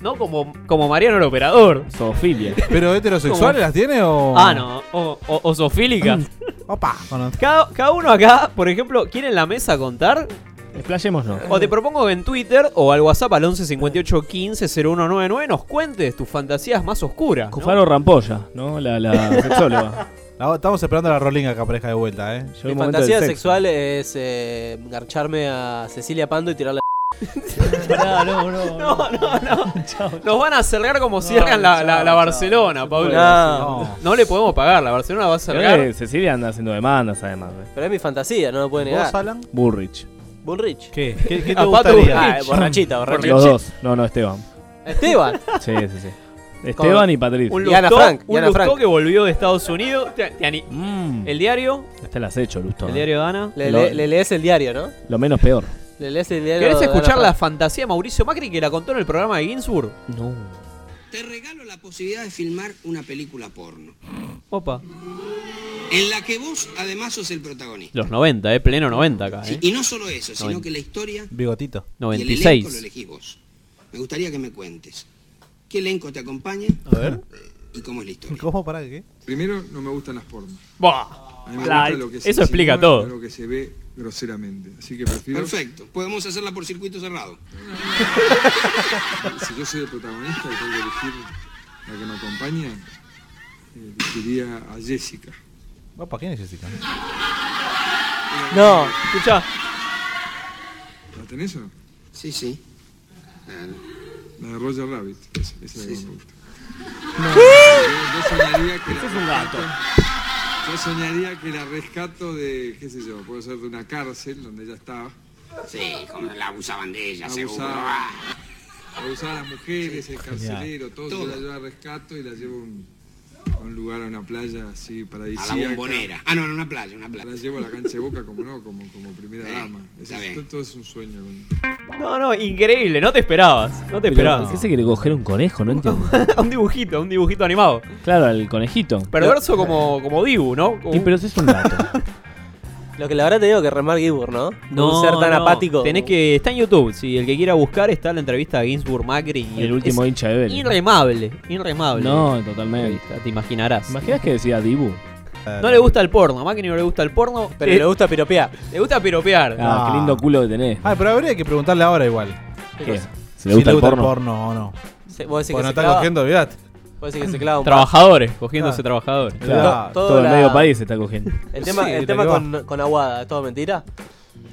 [SPEAKER 9] No como, como Mariano el Operador.
[SPEAKER 10] Zoofilia.
[SPEAKER 8] ¿Pero heterosexuales
[SPEAKER 9] Como-
[SPEAKER 8] las tiene o.?
[SPEAKER 9] Ah, no, o, o, o zoofílicas.
[SPEAKER 8] Opa. Bueno,
[SPEAKER 9] Cada, cada uno acá, por ejemplo, ¿quiere en la mesa contar?
[SPEAKER 10] Explayémonos.
[SPEAKER 9] O te propongo que en Twitter o al WhatsApp al 11 58 15 0199 nos cuentes tus fantasías más oscuras. ¿no?
[SPEAKER 10] Cufaro Rampolla, ¿no? La, la sexóloga.
[SPEAKER 8] la- estamos esperando a la rolinga que aparezca de vuelta, ¿eh?
[SPEAKER 7] Mi fantasía sexual es eh, garcharme a Cecilia Pando y tirarle.
[SPEAKER 10] Pará, Ah, no, no.
[SPEAKER 9] No, no, no. Nos van a cerrar como cierran la, la- la Barcelona, Pablo.
[SPEAKER 7] No.
[SPEAKER 9] No. le podemos pagar, la Barcelona va a cerrar.
[SPEAKER 10] Creo que Eh, Cecilia anda haciendo demandas además. eh.
[SPEAKER 7] Pero es mi fantasía, no lo pueden negar.
[SPEAKER 8] Alan?
[SPEAKER 10] Bullrich.
[SPEAKER 7] Bullrich.
[SPEAKER 8] ¿Qué?
[SPEAKER 10] qué te
[SPEAKER 7] A Pato
[SPEAKER 10] gustaría?
[SPEAKER 7] Bullrich. Ah, eh, borrachita, borrachita.
[SPEAKER 10] Los dos. No, no, Esteban.
[SPEAKER 7] Esteban.
[SPEAKER 10] Sí, sí, sí. Esteban y Patricio.
[SPEAKER 9] Un
[SPEAKER 7] Y Ana
[SPEAKER 9] Lustó,
[SPEAKER 7] Frank, y
[SPEAKER 9] un
[SPEAKER 7] Ana
[SPEAKER 9] Lustó
[SPEAKER 7] Frank.
[SPEAKER 9] que volvió de Estados Unidos. Te- te ani- El diario.
[SPEAKER 10] Este el acecho, Lusto.
[SPEAKER 9] El diario de Ana.
[SPEAKER 7] Le,
[SPEAKER 10] Lo-
[SPEAKER 7] le- le lees el diario, ¿no?
[SPEAKER 10] Lo menos peor.
[SPEAKER 7] Le lees el diario.
[SPEAKER 9] ¿Querés
[SPEAKER 7] de Ana
[SPEAKER 9] escuchar la
[SPEAKER 7] Frank.
[SPEAKER 9] fantasía de Mauricio Macri que la contó en el programa de Ginsburg?
[SPEAKER 10] No.
[SPEAKER 21] Te regalo la posibilidad de filmar una película porno.
[SPEAKER 9] Opa.
[SPEAKER 21] En la que vos además sos el protagonista.
[SPEAKER 9] Los 90, eh, pleno 90 acá.
[SPEAKER 21] Sí,
[SPEAKER 9] eh.
[SPEAKER 21] y no solo eso, sino
[SPEAKER 9] Noven-
[SPEAKER 21] que la historia
[SPEAKER 8] Bigotito.
[SPEAKER 21] y el elenco lo
[SPEAKER 9] 96.
[SPEAKER 21] elegís vos. Me gustaría que me cuentes. ¿Qué elenco te acompaña?
[SPEAKER 8] A ver.
[SPEAKER 21] ¿Y cómo es la historia?
[SPEAKER 8] ¿Cómo? ¿Para qué?
[SPEAKER 2] Primero, no me gustan las pornos.
[SPEAKER 9] Bah.
[SPEAKER 21] A mí
[SPEAKER 2] me
[SPEAKER 21] La-
[SPEAKER 2] gusta lo que se
[SPEAKER 21] eso explica
[SPEAKER 2] insinúa,
[SPEAKER 21] todo.
[SPEAKER 2] Lo que se ve groseramente. Así que prefiero.
[SPEAKER 21] Perfecto, podemos hacerla por circuito cerrado.
[SPEAKER 2] Si yo soy el protagonista y tengo que elegir la que me acompaña, eh, elegiría a Jessica.
[SPEAKER 8] Opa, ¿quién es Jessica?
[SPEAKER 9] No, escucha.
[SPEAKER 2] ¿La tenés o no?
[SPEAKER 21] Sí, sí.
[SPEAKER 2] La de Roger Rabbit. Esa, esa es la que me gusta. Yo, yo soñaría que la Ese es un gato. Yo soñaría que la rescato de, qué sé yo, puede ser de una cárcel donde ella estaba.
[SPEAKER 21] Sí, como la abusaban de ella, seguro. Ah,
[SPEAKER 2] Abusaba, abusaba a las mujeres, el carcelero, todo.
[SPEAKER 21] Todo.
[SPEAKER 2] Yo la llevo a rescato y la llevo a un, a un lugar, a una playa así paradisíaca.
[SPEAKER 21] Bombonera. Ah, no, no, una playa, una playa.
[SPEAKER 2] La llevo a la cancha de boca, como no, como, como primera
[SPEAKER 21] Eh,
[SPEAKER 2] dama. Ese-
[SPEAKER 21] está bien.
[SPEAKER 2] todo es un sueño. coño.
[SPEAKER 9] No, no, increíble, no te esperabas. No te
[SPEAKER 10] Pero,
[SPEAKER 9] esperabas.
[SPEAKER 10] ¿Qué se quiere coger un conejo? No entiendo.
[SPEAKER 9] un dibujito, un dibujito animado.
[SPEAKER 10] claro, al conejito.
[SPEAKER 9] Perverso como, como Dibu, ¿no? Como
[SPEAKER 10] Y
[SPEAKER 9] un-
[SPEAKER 10] pero eso es un gato.
[SPEAKER 7] Lo que le habrá tenido que remar Gibor, ¿no?
[SPEAKER 9] No,
[SPEAKER 7] Un ser tan
[SPEAKER 9] no,
[SPEAKER 7] apático.
[SPEAKER 9] Tenés que. Está en YouTube. Si el que quiera buscar, está la entrevista a Ginsburg Macri. y
[SPEAKER 10] El último
[SPEAKER 9] es
[SPEAKER 10] hincha de Vélez.
[SPEAKER 9] Inremable, inremable.
[SPEAKER 10] No, totalmente.
[SPEAKER 9] Te imaginarás.
[SPEAKER 10] ¿Imaginas que decía Dibu?
[SPEAKER 9] No le gusta el porno, a Macri no le gusta el porno.
[SPEAKER 7] Pero
[SPEAKER 9] Eh,
[SPEAKER 7] le gusta piropear.
[SPEAKER 9] Le gusta piropear.
[SPEAKER 10] Ah, qué lindo culo que tenés.
[SPEAKER 8] Ah, pero habría que preguntarle ahora igual.
[SPEAKER 10] ¿Qué? cosa?
[SPEAKER 8] Si
[SPEAKER 10] ¿Se le
[SPEAKER 8] le gusta,
[SPEAKER 10] gusta el
[SPEAKER 8] el
[SPEAKER 10] porno?
[SPEAKER 8] porno o no.
[SPEAKER 7] Se- vos
[SPEAKER 10] Pues
[SPEAKER 8] Porque
[SPEAKER 7] decís que
[SPEAKER 8] no
[SPEAKER 7] se
[SPEAKER 8] está
[SPEAKER 7] clava-
[SPEAKER 8] cogiendo, olvidate.
[SPEAKER 7] Vos decís que se clava un
[SPEAKER 9] Trabajadores, cogiéndose
[SPEAKER 7] Claro.
[SPEAKER 9] trabajadores.
[SPEAKER 10] Claro,
[SPEAKER 7] Todo-
[SPEAKER 10] todo,
[SPEAKER 7] todo
[SPEAKER 10] el
[SPEAKER 7] la-
[SPEAKER 10] medio país se está cogiendo.
[SPEAKER 7] El tema,
[SPEAKER 9] Sí,
[SPEAKER 7] el
[SPEAKER 9] lo
[SPEAKER 7] tema
[SPEAKER 9] que va.
[SPEAKER 7] con, con Aguada, ¿es todo mentira?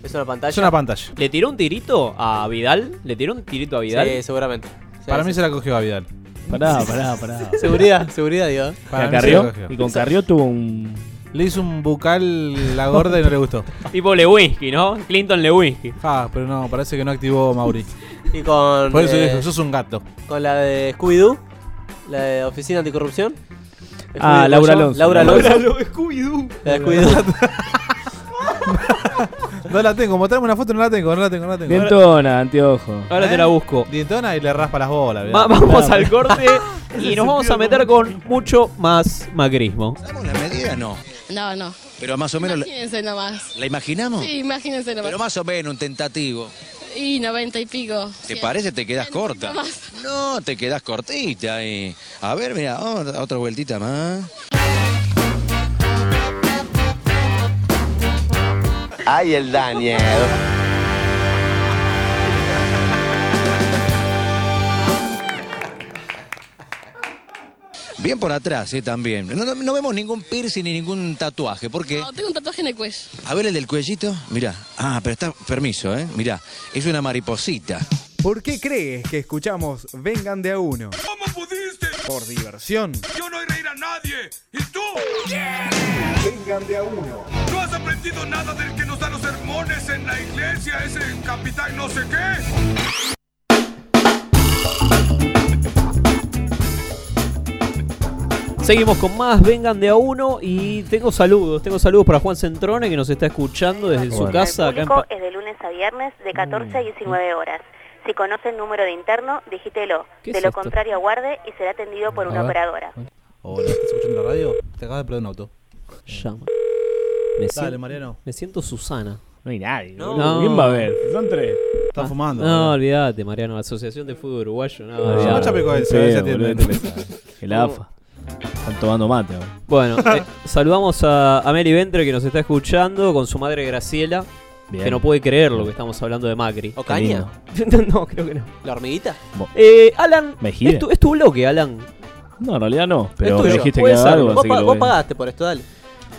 [SPEAKER 7] ¿Es una pantalla?
[SPEAKER 8] pantalla.
[SPEAKER 9] ¿Le tiró un tirito a Vidal? ¿Le tiró un tirito a Vidal?
[SPEAKER 7] Sí, seguramente. Sí,
[SPEAKER 8] Para mí
[SPEAKER 7] sí.
[SPEAKER 8] se la cogió a Vidal.
[SPEAKER 10] Pará, pará, pará.
[SPEAKER 7] Seguridad, seguridad, digo.
[SPEAKER 10] A Carrió. Y con Carrió tuvo un.
[SPEAKER 8] Le hizo un bucal la gorda y no le gustó.
[SPEAKER 9] Tipo Lewinsky, ¿no? Clinton Lewinsky.
[SPEAKER 8] Ah, pero no, parece que no activó Mauri.
[SPEAKER 7] Y con.
[SPEAKER 8] Por eso
[SPEAKER 7] eh,
[SPEAKER 8] dijo, sos un gato.
[SPEAKER 7] Con la de Scooby-Doo, la de Oficina Anticorrupción.
[SPEAKER 10] Ah,
[SPEAKER 7] Scooby-Doo,
[SPEAKER 10] Laura
[SPEAKER 7] ¿cómo
[SPEAKER 10] Alonso.
[SPEAKER 7] se llama? Laura Alonso.
[SPEAKER 9] Scooby-Doo.
[SPEAKER 7] La de Scooby-Doo.
[SPEAKER 8] No la tengo, mostrame una foto, no la tengo, no la tengo, no la tengo.
[SPEAKER 10] Dientona, anteojo.
[SPEAKER 9] Ahora te la busco.
[SPEAKER 8] Dientona y le raspa las bolas. ¿verdad?
[SPEAKER 9] Va- vamos
[SPEAKER 8] Claro.
[SPEAKER 9] al corte y nos vamos a meter con mucho más macrismo.
[SPEAKER 22] ¿La medida no?
[SPEAKER 3] No, no.
[SPEAKER 22] Pero más o menos, la,
[SPEAKER 3] Imagínense nomás.
[SPEAKER 22] la imaginamos?
[SPEAKER 3] Sí, imagínense nomás.
[SPEAKER 22] Pero más o menos, un tentativo.
[SPEAKER 3] Y 90 y pico.
[SPEAKER 22] ¿Te parece? Te quedas corta. No, te quedas cortita ahí. A ver, mira, otra vueltita más.
[SPEAKER 20] Ay, el Daniel.
[SPEAKER 22] Bien por atrás, eh, también. No, no- no vemos ningún piercing ni ningún tatuaje. ¿Por qué?
[SPEAKER 3] No, tengo un tatuaje en el cuello.
[SPEAKER 22] A ver el del cuellito. Mira. Ah, pero está. Permiso, ¿eh? Mira. Es una mariposita.
[SPEAKER 1] ¿Por qué crees que escuchamos Vengan de a uno? ¿Cómo pudiste? Por diversión.
[SPEAKER 18] Yo no iré a reír a nadie. ¿Y tú? Vengan de a uno. ¿No has aprendido nada del que nos da los sermones en la iglesia? Ese capitán no sé qué.
[SPEAKER 9] Seguimos con más, vengan de a uno y tengo saludos, tengo saludos para Juan Centrone que nos está escuchando desde su
[SPEAKER 6] Bueno.
[SPEAKER 9] casa acá en
[SPEAKER 6] público
[SPEAKER 9] Pa-
[SPEAKER 6] es de lunes a viernes de 14 a 19 horas. Si conoce el número de interno, digítelo.
[SPEAKER 9] ¿Qué
[SPEAKER 6] De
[SPEAKER 9] es
[SPEAKER 6] lo
[SPEAKER 9] esto?
[SPEAKER 6] contrario, aguarde y será atendido por
[SPEAKER 8] A
[SPEAKER 6] una
[SPEAKER 8] ver.
[SPEAKER 6] operadora.
[SPEAKER 8] Hola, ¿estás escuchando la radio? Te acabas de perder un auto.
[SPEAKER 9] Llama. Me
[SPEAKER 8] Dale,
[SPEAKER 9] sien-
[SPEAKER 8] Mariano.
[SPEAKER 9] Me siento Susana.
[SPEAKER 10] No hay nadie.
[SPEAKER 9] No.
[SPEAKER 10] boludo. ¿Quién va a ver? Son tres.
[SPEAKER 8] Están
[SPEAKER 9] Ah,
[SPEAKER 8] fumando.
[SPEAKER 9] No, olvídate, Mariano, la Asociación de Fútbol Uruguayo. No,
[SPEAKER 10] No,
[SPEAKER 9] olvidate.
[SPEAKER 10] no chapecó él, se ve, se atiende. El
[SPEAKER 9] No.
[SPEAKER 10] AFA. Están tomando mate ahora.
[SPEAKER 9] Bueno, eh, saludamos a, a Mary Ventre que nos está escuchando con su madre Graciela,
[SPEAKER 10] Bien.
[SPEAKER 9] que no puede creer lo que estamos hablando de Macri.
[SPEAKER 7] ¿O caña?
[SPEAKER 9] no, creo que no.
[SPEAKER 7] ¿La hormiguita?
[SPEAKER 9] Eh, Alan,
[SPEAKER 10] Mejide.
[SPEAKER 9] es tu, es tu bloque, Alan.
[SPEAKER 10] No, en realidad no. Pero
[SPEAKER 9] Es
[SPEAKER 10] me
[SPEAKER 9] tuyo,
[SPEAKER 10] dijiste que
[SPEAKER 9] puede
[SPEAKER 10] haga
[SPEAKER 9] ser.
[SPEAKER 10] algo,
[SPEAKER 7] Vos,
[SPEAKER 10] así
[SPEAKER 7] pa-
[SPEAKER 10] que lo
[SPEAKER 7] vos
[SPEAKER 10] voy a-
[SPEAKER 7] pagás. por esto, dale.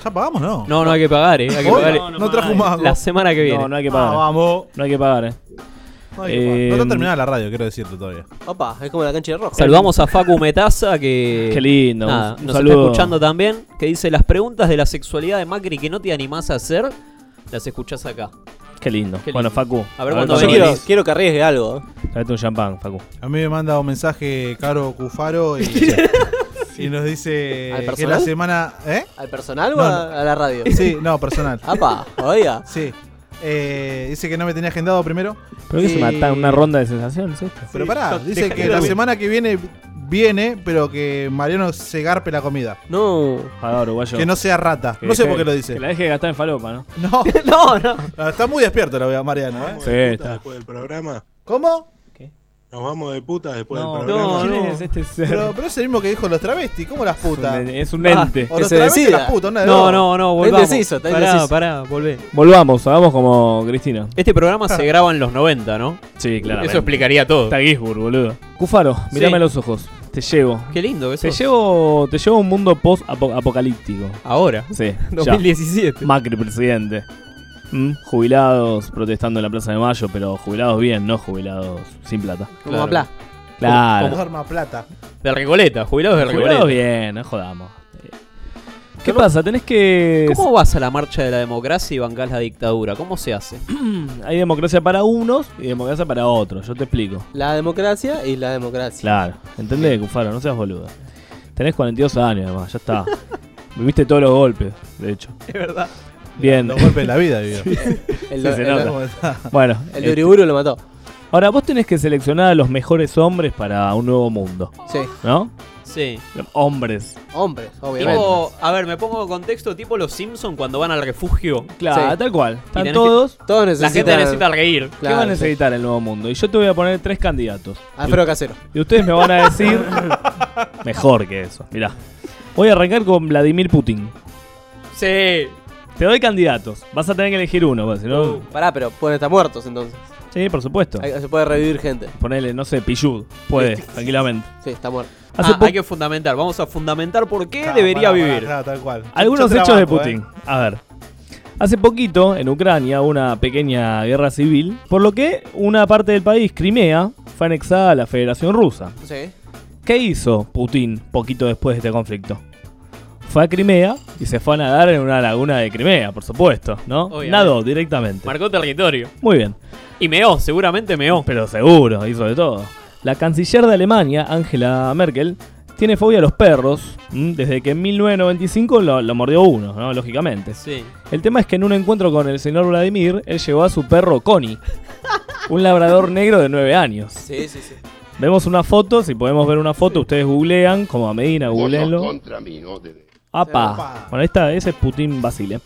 [SPEAKER 8] ¿Ya pagamos, no?
[SPEAKER 9] No, no hay que pagar, eh. Hay que
[SPEAKER 8] Hoy
[SPEAKER 9] pagar.
[SPEAKER 8] no, no No trajo pagues. mago.
[SPEAKER 9] La semana que viene.
[SPEAKER 10] No, no hay que pagar.
[SPEAKER 8] Ah, vamos.
[SPEAKER 10] No hay que pagar, eh.
[SPEAKER 8] No, hay que pagar. no está
[SPEAKER 10] Em,
[SPEAKER 8] terminada la radio, quiero decirte todavía.
[SPEAKER 7] Opa, es como la cancha de rojo.
[SPEAKER 9] Saludamos a Facu Metaza que.
[SPEAKER 10] Qué lindo,
[SPEAKER 9] nada,
[SPEAKER 10] un
[SPEAKER 9] nos
[SPEAKER 10] saludo.
[SPEAKER 9] está escuchando también. Que dice: Las preguntas de la sexualidad de Macri que no te animás a hacer, las escuchás acá.
[SPEAKER 10] Qué lindo.
[SPEAKER 9] Qué
[SPEAKER 10] Bueno,
[SPEAKER 9] lindo.
[SPEAKER 10] Facu.
[SPEAKER 9] A ver cuándo
[SPEAKER 10] cuándo
[SPEAKER 9] venís.
[SPEAKER 10] venís.
[SPEAKER 7] Quiero que arriesgue algo.
[SPEAKER 10] Tráete un champán, Facu.
[SPEAKER 8] A mí me manda un mensaje Caro Cufaro y, y nos dice
[SPEAKER 7] ¿Al
[SPEAKER 8] que
[SPEAKER 7] personal?
[SPEAKER 8] la semana. ¿Eh?
[SPEAKER 7] ¿Al personal o
[SPEAKER 8] No,
[SPEAKER 7] a,
[SPEAKER 8] no.
[SPEAKER 7] a la radio?
[SPEAKER 8] Sí, no, personal.
[SPEAKER 7] Apa, oiga.
[SPEAKER 8] Sí. Eh, dice que no me tenía agendado primero.
[SPEAKER 10] Pero que se
[SPEAKER 8] Y-
[SPEAKER 10] mata una ronda de sensaciones esto.
[SPEAKER 8] Pero pará,
[SPEAKER 7] Sí,
[SPEAKER 8] dice
[SPEAKER 7] deja
[SPEAKER 8] que
[SPEAKER 7] que
[SPEAKER 8] la
[SPEAKER 7] dure.
[SPEAKER 8] semana que viene viene, pero que Mariano se garpe la comida.
[SPEAKER 7] No.
[SPEAKER 10] Pagá, uruguayo.
[SPEAKER 8] Que no sea rata.
[SPEAKER 10] Que
[SPEAKER 8] No sé
[SPEAKER 10] deje-
[SPEAKER 8] por qué lo dice.
[SPEAKER 10] Que la deje de gastar en falopa, ¿no?
[SPEAKER 8] No.
[SPEAKER 9] no, no.
[SPEAKER 19] Ah,
[SPEAKER 8] Está muy despierto la wea Mariano, ¿eh?
[SPEAKER 10] Sí, está.
[SPEAKER 19] Después del programa.
[SPEAKER 8] ¿Cómo?
[SPEAKER 19] Nos vamos de puta después
[SPEAKER 10] No,
[SPEAKER 19] del programa.
[SPEAKER 10] no, ¿Quién no. es este ser?
[SPEAKER 8] Pero, pero es el mismo que dijo los travestis. ¿Cómo las putas?
[SPEAKER 10] un- es un
[SPEAKER 19] Ah,
[SPEAKER 10] ente.
[SPEAKER 8] o
[SPEAKER 10] Que
[SPEAKER 8] los
[SPEAKER 10] se
[SPEAKER 8] travestis
[SPEAKER 10] decida.
[SPEAKER 8] las putas, una de
[SPEAKER 9] No,
[SPEAKER 8] dos.
[SPEAKER 9] no, no, volvamos. pará, pará, volvé.
[SPEAKER 10] Volvamos, hagamos como Cristina.
[SPEAKER 9] Este programa se graba en los 90, ¿no?
[SPEAKER 10] Sí, claro.
[SPEAKER 9] Eso explicaría todo.
[SPEAKER 10] Está Gisburg, boludo. Cufaro, mirame
[SPEAKER 9] Sí.
[SPEAKER 10] a los ojos. Te llevo.
[SPEAKER 9] Qué lindo eso.
[SPEAKER 10] Te llevo, te llevo a un mundo post-apocalíptico.
[SPEAKER 9] Ahora.
[SPEAKER 10] Sí. ya.
[SPEAKER 9] 2017.
[SPEAKER 10] Macri presidente. ¿Mm? Jubilados protestando en la Plaza de Mayo, pero jubilados bien, no jubilados sin plata.
[SPEAKER 7] Como Maplá.
[SPEAKER 10] Claro.
[SPEAKER 8] Como arma plata.
[SPEAKER 9] De Recoleta, jubilados de Recoleta. Eh,
[SPEAKER 10] Jubilados bien, no jodamos. ¿Qué pasa? Tenés que.
[SPEAKER 9] ¿Cómo vas a la marcha de la democracia y bancás la dictadura? ¿Cómo se hace?
[SPEAKER 10] Hay democracia para unos y democracia para otros. Yo te explico.
[SPEAKER 7] La democracia y la democracia.
[SPEAKER 10] Claro, ¿entendés, Cufaro? No seas boludo. Tenés 42 años, además, ya está. Viviste todos los golpes, de hecho.
[SPEAKER 7] Es verdad.
[SPEAKER 10] Bien.
[SPEAKER 8] Los golpes de la vida vivió.
[SPEAKER 10] Sí.
[SPEAKER 7] El
[SPEAKER 10] Sí,
[SPEAKER 7] do-
[SPEAKER 10] se
[SPEAKER 7] el-
[SPEAKER 10] nota. Bueno.
[SPEAKER 7] El
[SPEAKER 10] este-
[SPEAKER 7] de Uriburu lo mató.
[SPEAKER 10] Ahora, vos tenés que seleccionar a los mejores hombres para un nuevo mundo.
[SPEAKER 7] Sí.
[SPEAKER 10] ¿No?
[SPEAKER 9] Sí.
[SPEAKER 10] Hombres.
[SPEAKER 7] Hombres, obviamente.
[SPEAKER 9] Tipo, a ver, me pongo en contexto tipo los Simpson cuando van al refugio.
[SPEAKER 10] Claro, tal cual.
[SPEAKER 9] Y tenés que-
[SPEAKER 10] Están todos.
[SPEAKER 7] Todos
[SPEAKER 9] La gente necesita reír.
[SPEAKER 10] ¿Qué van a necesitar el nuevo mundo? Y yo te voy a poner tres candidatos.
[SPEAKER 7] Alfredo
[SPEAKER 10] Y-
[SPEAKER 7] Casero.
[SPEAKER 10] Y ustedes me van a decir. mejor que eso. Mirá. Voy a arrancar con Vladimir Putin.
[SPEAKER 9] Sí.
[SPEAKER 10] Te doy candidatos. Vas a tener que elegir uno, porque si no.
[SPEAKER 7] Uh, Pará, pero pueden estar muertos entonces.
[SPEAKER 10] Sí, por supuesto.
[SPEAKER 7] Hay- se puede revivir gente.
[SPEAKER 10] Ponele, no sé, Pillud. Puede, tranquilamente.
[SPEAKER 7] Sí, está muerto.
[SPEAKER 10] Hace
[SPEAKER 9] Ah, hay que fundamentar. Vamos a fundamentar por qué debería vivir.
[SPEAKER 8] Ah, tal cual. ¿eh?
[SPEAKER 10] Algunos
[SPEAKER 8] Yo te
[SPEAKER 10] hechos
[SPEAKER 8] la
[SPEAKER 10] de
[SPEAKER 8] banco,
[SPEAKER 10] Putin. A ver. Hace poquito, en Ucrania, hubo una pequeña guerra civil, por lo que una parte del país, Crimea, fue anexada a la Federación Rusa.
[SPEAKER 7] Sí.
[SPEAKER 9] ¿Qué hizo Putin poquito después de este conflicto? Fue a Crimea y se fue a nadar en una laguna de Crimea, por supuesto, ¿no?
[SPEAKER 7] Obviamente.
[SPEAKER 9] Nadó directamente.
[SPEAKER 7] Marcó territorio.
[SPEAKER 9] Muy bien.
[SPEAKER 7] Y meó, seguramente meó.
[SPEAKER 9] Pero seguro, hizo de todo. La canciller de Alemania, Angela Merkel, tiene fobia a los perros. ¿m? Desde que en 1995 lo, lo mordió uno, ¿no? Lógicamente.
[SPEAKER 7] Sí.
[SPEAKER 9] El tema es que en un encuentro con el señor Vladimir, él llevó a su perro Connie, un labrador negro de 9 años.
[SPEAKER 23] Sí, sí, sí.
[SPEAKER 9] Vemos una foto, si podemos ver una foto, ustedes googlean, como a Medina, googleenlo. Apa. Bueno, ahí está, ese es Putin Basile.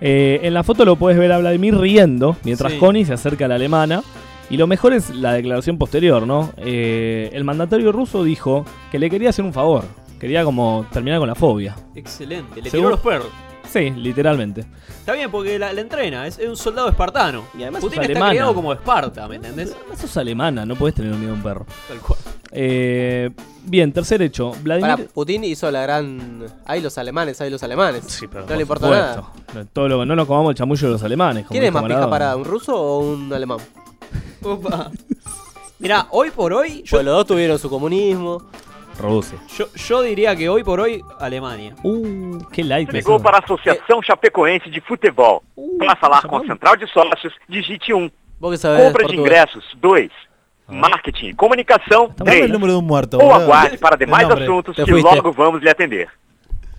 [SPEAKER 9] Eh, en la foto lo puedes ver a Vladimir riendo, mientras
[SPEAKER 7] Sí.
[SPEAKER 9] Connie se acerca a la alemana. Y lo mejor es la declaración posterior, ¿no? Eh, el mandatario ruso dijo que le quería hacer un favor. Quería como terminar con la fobia.
[SPEAKER 7] Excelente. Le
[SPEAKER 9] Según-
[SPEAKER 7] tiró los perros.
[SPEAKER 9] Sí, literalmente.
[SPEAKER 7] Está bien porque la, la entrena, es, es un soldado espartano. Y además Putin
[SPEAKER 9] es
[SPEAKER 7] está
[SPEAKER 9] alemana.
[SPEAKER 7] criado como Esparta, ¿me entendés?
[SPEAKER 9] Además sos alemana, no podés tener miedo a un perro.
[SPEAKER 7] Tal cual.
[SPEAKER 9] Eh, bien, tercer hecho. Vladimir...
[SPEAKER 23] Pará, Putin hizo la gran. Hay los alemanes, hay los alemanes. no
[SPEAKER 9] por
[SPEAKER 23] le importa
[SPEAKER 9] supuesto.
[SPEAKER 23] nada.
[SPEAKER 9] No, todo lo- no nos comamos el chamullo de los alemanes. como
[SPEAKER 23] ¿Quién es
[SPEAKER 9] dijo
[SPEAKER 23] más pija
[SPEAKER 9] Maradona.
[SPEAKER 23] parada, un ruso o un alemán?
[SPEAKER 7] Mirá, hoy por hoy, yo,
[SPEAKER 23] Pues los dos tuvieron su comunismo.
[SPEAKER 9] Rusia.
[SPEAKER 7] yo, yo diría que hoy por hoy, Alemania.
[SPEAKER 9] Uh, qué light.
[SPEAKER 5] Ligou para a Associação Chapecoense de Futebol. Para falar com a central de sócios, digite um. 1.
[SPEAKER 23] Vos que sabés
[SPEAKER 5] Compra de
[SPEAKER 23] português.
[SPEAKER 5] ingressos, 2. Marketing e comunicação,
[SPEAKER 8] Dame el
[SPEAKER 5] 3.
[SPEAKER 8] número de un muerto.
[SPEAKER 5] Ou
[SPEAKER 8] boludo.
[SPEAKER 5] aguarde para demais
[SPEAKER 8] nombre.
[SPEAKER 5] assuntos
[SPEAKER 7] Te
[SPEAKER 5] que
[SPEAKER 7] fuiste.
[SPEAKER 5] logo vamos lhe atender.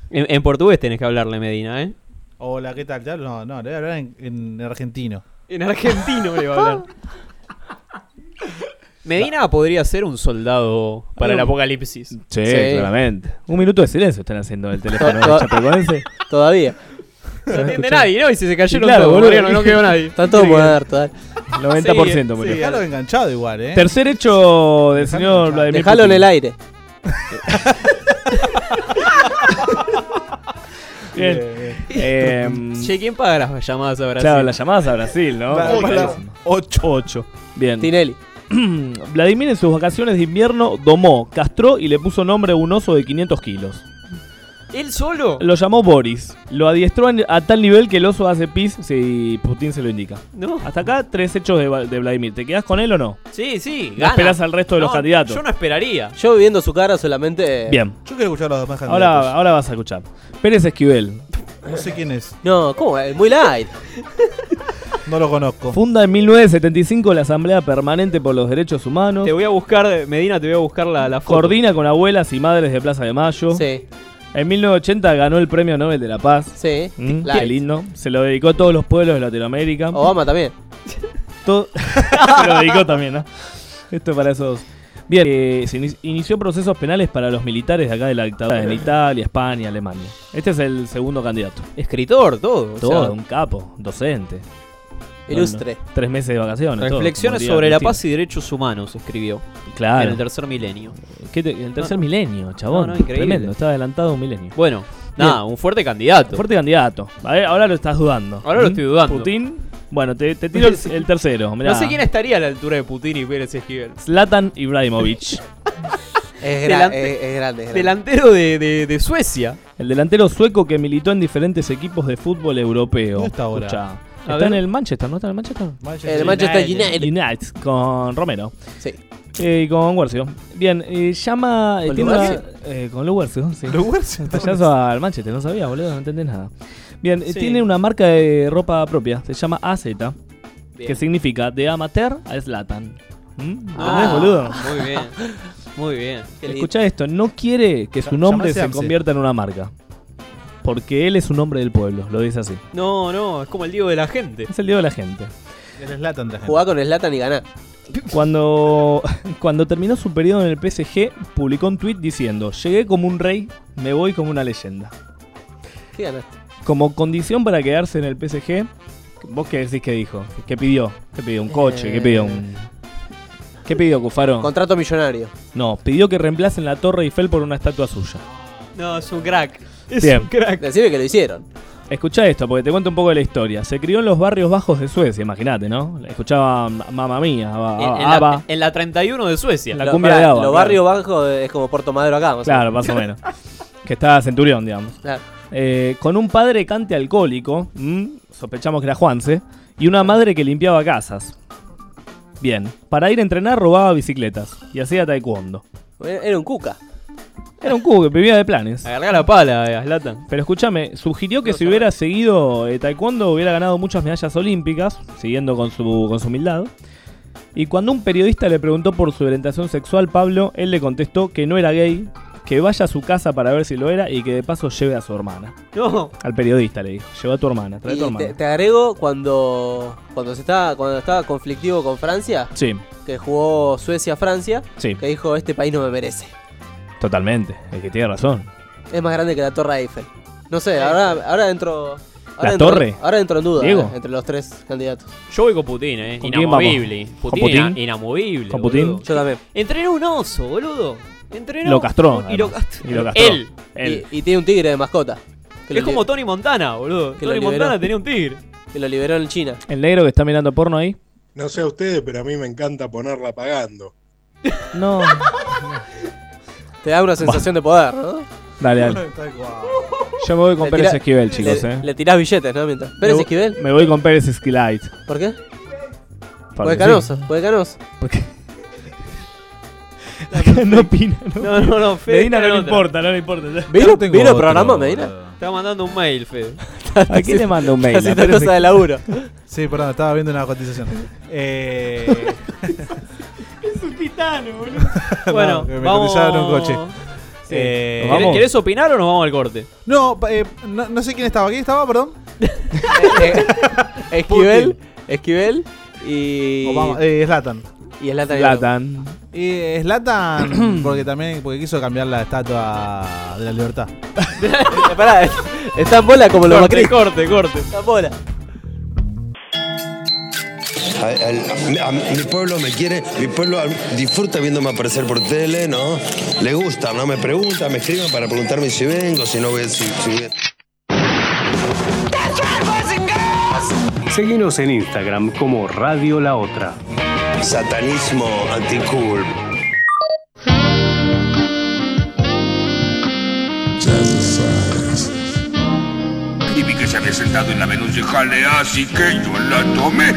[SPEAKER 7] En, en portugués tenés que hablarle, Medina, ¿eh?
[SPEAKER 8] Hola, ¿qué tal? Ya- No, no, le voy a hablar en, en argentino.
[SPEAKER 7] En argentino le va a hablar. Medina podría ser un soldado para el
[SPEAKER 9] Hay un-
[SPEAKER 7] apocalipsis.
[SPEAKER 9] Sí, claramente. Un minuto de silencio están haciendo el teléfono del
[SPEAKER 23] To-
[SPEAKER 9] Chapecoense.
[SPEAKER 23] Todavía.
[SPEAKER 7] No entiende nadie, ¿no? Y si se cayeron
[SPEAKER 9] Claro,
[SPEAKER 7] todos,
[SPEAKER 9] boludo.
[SPEAKER 7] murieron, no quedó nadie.
[SPEAKER 23] Están todos muertos.
[SPEAKER 9] 90% murió.
[SPEAKER 8] Dejalo enganchado igual, eh.
[SPEAKER 9] Tercer hecho del señor Vladimir
[SPEAKER 23] Dejalo en
[SPEAKER 9] Putin.
[SPEAKER 23] el aire.
[SPEAKER 9] Bien. Eh,
[SPEAKER 7] Che, ¿quién paga las llamadas a Brasil?
[SPEAKER 9] Claro, las llamadas a Brasil, ¿no?
[SPEAKER 7] Claro, claro.
[SPEAKER 9] 8. 8. Bien.
[SPEAKER 23] Tinelli.
[SPEAKER 9] Vladimir en sus vacaciones de invierno domó, castró y le puso nombre a un oso de 500 kilos.
[SPEAKER 7] ¿Él solo?
[SPEAKER 9] Lo llamó Boris. Lo adiestró en- a tal nivel que el oso hace pis si Putin se lo indica.
[SPEAKER 7] No.
[SPEAKER 9] Hasta acá, tres hechos de, Va- de Vladimir. ¿Te quedás con él o no?
[SPEAKER 7] Sí, sí.
[SPEAKER 9] No
[SPEAKER 7] gana.
[SPEAKER 9] esperás al resto de los
[SPEAKER 7] No,
[SPEAKER 9] candidatos.
[SPEAKER 7] Yo no esperaría.
[SPEAKER 23] Yo viendo su cara solamente.
[SPEAKER 9] Bien.
[SPEAKER 8] Yo quiero escuchar a los demás
[SPEAKER 9] Ahora, ahora vas a escuchar. Pérez Esquivel.
[SPEAKER 8] No sé quién es.
[SPEAKER 23] No, ¿cómo? Es muy light.
[SPEAKER 8] No lo conozco.
[SPEAKER 9] Funda en 1975 la Asamblea Permanente por los Derechos Humanos.
[SPEAKER 7] Te voy a buscar, Medina, te voy a buscar la, la foto.
[SPEAKER 9] Coordina con abuelas y madres de Plaza de Mayo.
[SPEAKER 23] Sí.
[SPEAKER 9] En 1980 ganó el Premio Nobel de la Paz.
[SPEAKER 23] Sí.
[SPEAKER 9] Mm,
[SPEAKER 23] Light.
[SPEAKER 9] Qué lindo. Se lo dedicó a todos los pueblos de Latinoamérica.
[SPEAKER 7] Oh,
[SPEAKER 23] Obama también.
[SPEAKER 9] To- se lo dedicó también, ¿no? Esto para esos. Bien, eh, se ini- inició procesos penales para los militares de acá de la dictadura en Italia, España, Alemania. Este es el segundo candidato.
[SPEAKER 7] Escritor, todo. o
[SPEAKER 9] Todo,
[SPEAKER 7] sea,
[SPEAKER 9] un capo, docente.
[SPEAKER 7] Ilustre.
[SPEAKER 9] Bueno, tres meses de vacaciones. todo,
[SPEAKER 7] Reflexiones
[SPEAKER 9] como diría
[SPEAKER 7] sobre la
[SPEAKER 9] Cristina.
[SPEAKER 7] paz y derechos humanos, escribió.
[SPEAKER 9] Claro.
[SPEAKER 7] En el tercer milenio.
[SPEAKER 9] ¿Qué te- el tercer
[SPEAKER 7] No.
[SPEAKER 9] milenio, chabón.
[SPEAKER 7] No, no, increíble.
[SPEAKER 9] Tremendo, está adelantado un milenio.
[SPEAKER 7] Bueno, nada, un fuerte candidato.
[SPEAKER 9] Fuerte candidato. A ver, ahora lo estás dudando. ¿Mm?
[SPEAKER 7] Ahora lo estoy dudando.
[SPEAKER 9] Putin. Bueno, te, te tiro el, el tercero. mirá.
[SPEAKER 7] No sé quién estaría a la altura de Putin y Pérez Esquivel.
[SPEAKER 9] Zlatan Ibrahimovic.
[SPEAKER 23] Es,
[SPEAKER 7] Delan-
[SPEAKER 23] gran- es- es grande, es grande.
[SPEAKER 7] Delantero de, de- de Suecia.
[SPEAKER 9] El delantero sueco que militó en diferentes equipos de fútbol europeo.
[SPEAKER 7] ¿Dónde está ahora?
[SPEAKER 9] Escuchá.
[SPEAKER 7] A
[SPEAKER 9] Está en
[SPEAKER 7] ver.
[SPEAKER 9] el Manchester, ¿no está en el Manchester?
[SPEAKER 23] Manchester El Manchester United. United.
[SPEAKER 9] Eh, con Romero.
[SPEAKER 23] Sí.
[SPEAKER 9] Eh, y con Guercio. Bien, eh, llama. eh,
[SPEAKER 23] ¿Con
[SPEAKER 9] tiene una-
[SPEAKER 23] Lugarcio?
[SPEAKER 9] eh, con Lugarcio, sí.
[SPEAKER 23] Lugarcio.
[SPEAKER 9] Payaso al Manchester, no sabía, boludo, no entendés nada. Bien, eh,
[SPEAKER 7] Sí.
[SPEAKER 9] tiene una marca de ropa propia, se llama AZ, que significa de amateur a Slatan.
[SPEAKER 7] Ah,
[SPEAKER 9] boludo?
[SPEAKER 7] Muy bien. Muy bien.
[SPEAKER 9] Escucha esto, no quiere que su
[SPEAKER 7] Ll-
[SPEAKER 9] nombre
[SPEAKER 7] llamase
[SPEAKER 9] se
[SPEAKER 7] Amse.
[SPEAKER 9] convierta en una marca. Porque él es un hombre del pueblo, lo dice así.
[SPEAKER 7] No, no, es como el Diego de la gente.
[SPEAKER 9] Es el dios de la gente.
[SPEAKER 8] El Slatan de
[SPEAKER 23] Jugá con Slatan y ganá.
[SPEAKER 9] Cuando, cuando terminó su periodo en el PSG, publicó un tuit diciendo, llegué como un rey, me voy como una leyenda.
[SPEAKER 23] ¿Qué ganaste?
[SPEAKER 9] Como condición para quedarse en el PSG, ¿vos qué decís que dijo? ¿Qué pidió? ¿Qué pidió? ¿Un coche? ¿Qué pidió?
[SPEAKER 7] Eh,
[SPEAKER 9] Un... ¿Qué pidió, Cufaro?
[SPEAKER 23] Contrato millonario.
[SPEAKER 9] No, pidió que reemplacen la Torre Eiffel por una estatua suya.
[SPEAKER 7] No, es un crack. Es
[SPEAKER 9] Bien.
[SPEAKER 7] un crack.
[SPEAKER 23] Decime que lo hicieron.
[SPEAKER 9] Escucha esto, porque te cuento un poco de la historia. Se crió en los barrios bajos de Suecia, imagínate, ¿no? Escuchaba mm, Mamma Mía,
[SPEAKER 7] En, en
[SPEAKER 9] Abba,
[SPEAKER 7] la, en la 31 de Suecia.
[SPEAKER 9] Ah, La cumbia de Abba.
[SPEAKER 23] Los
[SPEAKER 9] claro.
[SPEAKER 23] barrios bajos es como Puerto Madero acá. o
[SPEAKER 9] Claro,
[SPEAKER 23] menos.
[SPEAKER 9] más o menos. Que está Centurión, digamos.
[SPEAKER 23] Claro.
[SPEAKER 9] Eh, con un padre cante alcohólico, ¿m? sospechamos que era Juanse, y una madre que limpiaba casas. Bien, para ir a entrenar robaba bicicletas y hacía taekwondo.
[SPEAKER 7] Era un cuca.
[SPEAKER 9] Era un cubo que vivía de planes.
[SPEAKER 6] Agarrá la pala, eh, a Zlatan.
[SPEAKER 9] Pero escúchame, sugirió que si hubiera seguido eh, taekwondo hubiera ganado muchas medallas olímpicas, siguiendo con su, con su humildad. Y cuando un periodista le preguntó por su orientación sexual, Pablo, él le contestó que no era gay, que vaya a su casa para ver si lo era y que de paso lleve a su hermana.
[SPEAKER 7] No.
[SPEAKER 9] Al periodista le dijo, lleva a tu hermana, trae a tu
[SPEAKER 7] Y
[SPEAKER 9] hermana.
[SPEAKER 7] te, te agrego cuando cuando se estaba cuando estaba conflictivo con Francia,
[SPEAKER 9] Sí,
[SPEAKER 7] que jugó Suecia Francia,
[SPEAKER 9] Sí.
[SPEAKER 7] que dijo este país no me merece.
[SPEAKER 9] totalmente, es que tiene razón.
[SPEAKER 7] Es más grande que la Torre Eiffel. No sé, ahora ahora dentro ahora
[SPEAKER 9] ¿La
[SPEAKER 7] dentro-
[SPEAKER 9] torre?
[SPEAKER 7] Ahora entro en duda
[SPEAKER 9] Diego.
[SPEAKER 7] eh, entre los tres candidatos.
[SPEAKER 6] Yo voy con Putin, eh.
[SPEAKER 9] ¿Con quién vamos?
[SPEAKER 6] Inamovible.
[SPEAKER 9] ¿Con
[SPEAKER 6] Putin, ina-
[SPEAKER 9] Putin?
[SPEAKER 6] inamovible.
[SPEAKER 9] ¿Con Putin?
[SPEAKER 7] Yo también.
[SPEAKER 6] Entrenó un oso, boludo. Entrenó.
[SPEAKER 9] Lo castró,
[SPEAKER 6] Y lo
[SPEAKER 9] además.
[SPEAKER 6] castró.
[SPEAKER 9] Y lo castró.
[SPEAKER 6] Él.
[SPEAKER 9] Él.
[SPEAKER 7] Y, y tiene un tigre de mascota. que lo
[SPEAKER 6] Es como
[SPEAKER 7] libe-
[SPEAKER 6] Tony Montana, boludo.
[SPEAKER 7] que lo
[SPEAKER 6] Tony
[SPEAKER 7] liberó.
[SPEAKER 6] Montana tenía un tigre.
[SPEAKER 7] que lo liberó en China.
[SPEAKER 9] El negro que está mirando porno ahí.
[SPEAKER 24] No sé a ustedes, pero a mí me encanta ponerla pagando.
[SPEAKER 9] No.
[SPEAKER 7] Te da una sensación de poder, ¿no?
[SPEAKER 9] Dale, dale. Yo me voy con
[SPEAKER 7] Le
[SPEAKER 9] Pérez
[SPEAKER 7] tira-
[SPEAKER 9] Esquivel, chicos,
[SPEAKER 7] le,
[SPEAKER 9] eh.
[SPEAKER 7] Le tirás billetes, ¿no? Mientras. Pérez
[SPEAKER 9] Me vo-
[SPEAKER 7] Esquivel.
[SPEAKER 9] Me voy con Pérez Esquilite.
[SPEAKER 7] ¿Por qué?
[SPEAKER 9] Porque
[SPEAKER 7] Puede canoso, puede canoso.
[SPEAKER 9] ¿Por qué? no opina,
[SPEAKER 6] No, no, no. Fede
[SPEAKER 9] Medina
[SPEAKER 6] está
[SPEAKER 9] no le
[SPEAKER 6] en otra.
[SPEAKER 9] importa, no le importa.
[SPEAKER 7] ¿Vino, vino programa, Medina?
[SPEAKER 6] Está mandando un mail, Fede.
[SPEAKER 9] ¿A quién le mando un mail?
[SPEAKER 7] Así
[SPEAKER 9] A
[SPEAKER 7] está
[SPEAKER 9] Pérez
[SPEAKER 7] cosa de laburo.
[SPEAKER 1] Sí, perdón, estaba viendo una cotización. Eh,
[SPEAKER 6] Es un titano, boludo. Bueno,
[SPEAKER 1] No, que me
[SPEAKER 6] vamos.
[SPEAKER 1] cotizaron un coche.
[SPEAKER 6] Sí.
[SPEAKER 1] Eh,
[SPEAKER 6] ¿Querés-
[SPEAKER 1] vamos.
[SPEAKER 6] ¿Querés opinar o nos vamos al corte?
[SPEAKER 1] No, pa- eh, no, no sé quién estaba. ¿Quién estaba, perdón?
[SPEAKER 7] Esquivel, Esquivel y.
[SPEAKER 1] Obama, eh, Zlatan.
[SPEAKER 7] Y Slatan.
[SPEAKER 9] Zlatan.
[SPEAKER 8] eh,
[SPEAKER 1] Y Slatan, porque también porque quiso cambiar la estatua de la libertad.
[SPEAKER 7] Pará, está en bola como los
[SPEAKER 1] Corte,
[SPEAKER 7] Macri.
[SPEAKER 6] Corte, corte.
[SPEAKER 7] Está en bola.
[SPEAKER 8] A- al- a- a- mi pueblo me quiere, mi pueblo al- disfruta viéndome aparecer por tele, ¿no? Le gusta, ¿no? Me pregunta, me escriben para preguntarme si vengo, si no voy, si, si voy.
[SPEAKER 25] Seguinos en Instagram como Radio La Otra.
[SPEAKER 8] Satanismo anticool.
[SPEAKER 2] Y vi que se había sentado en la Venus de Jalea, así que yo la tomé.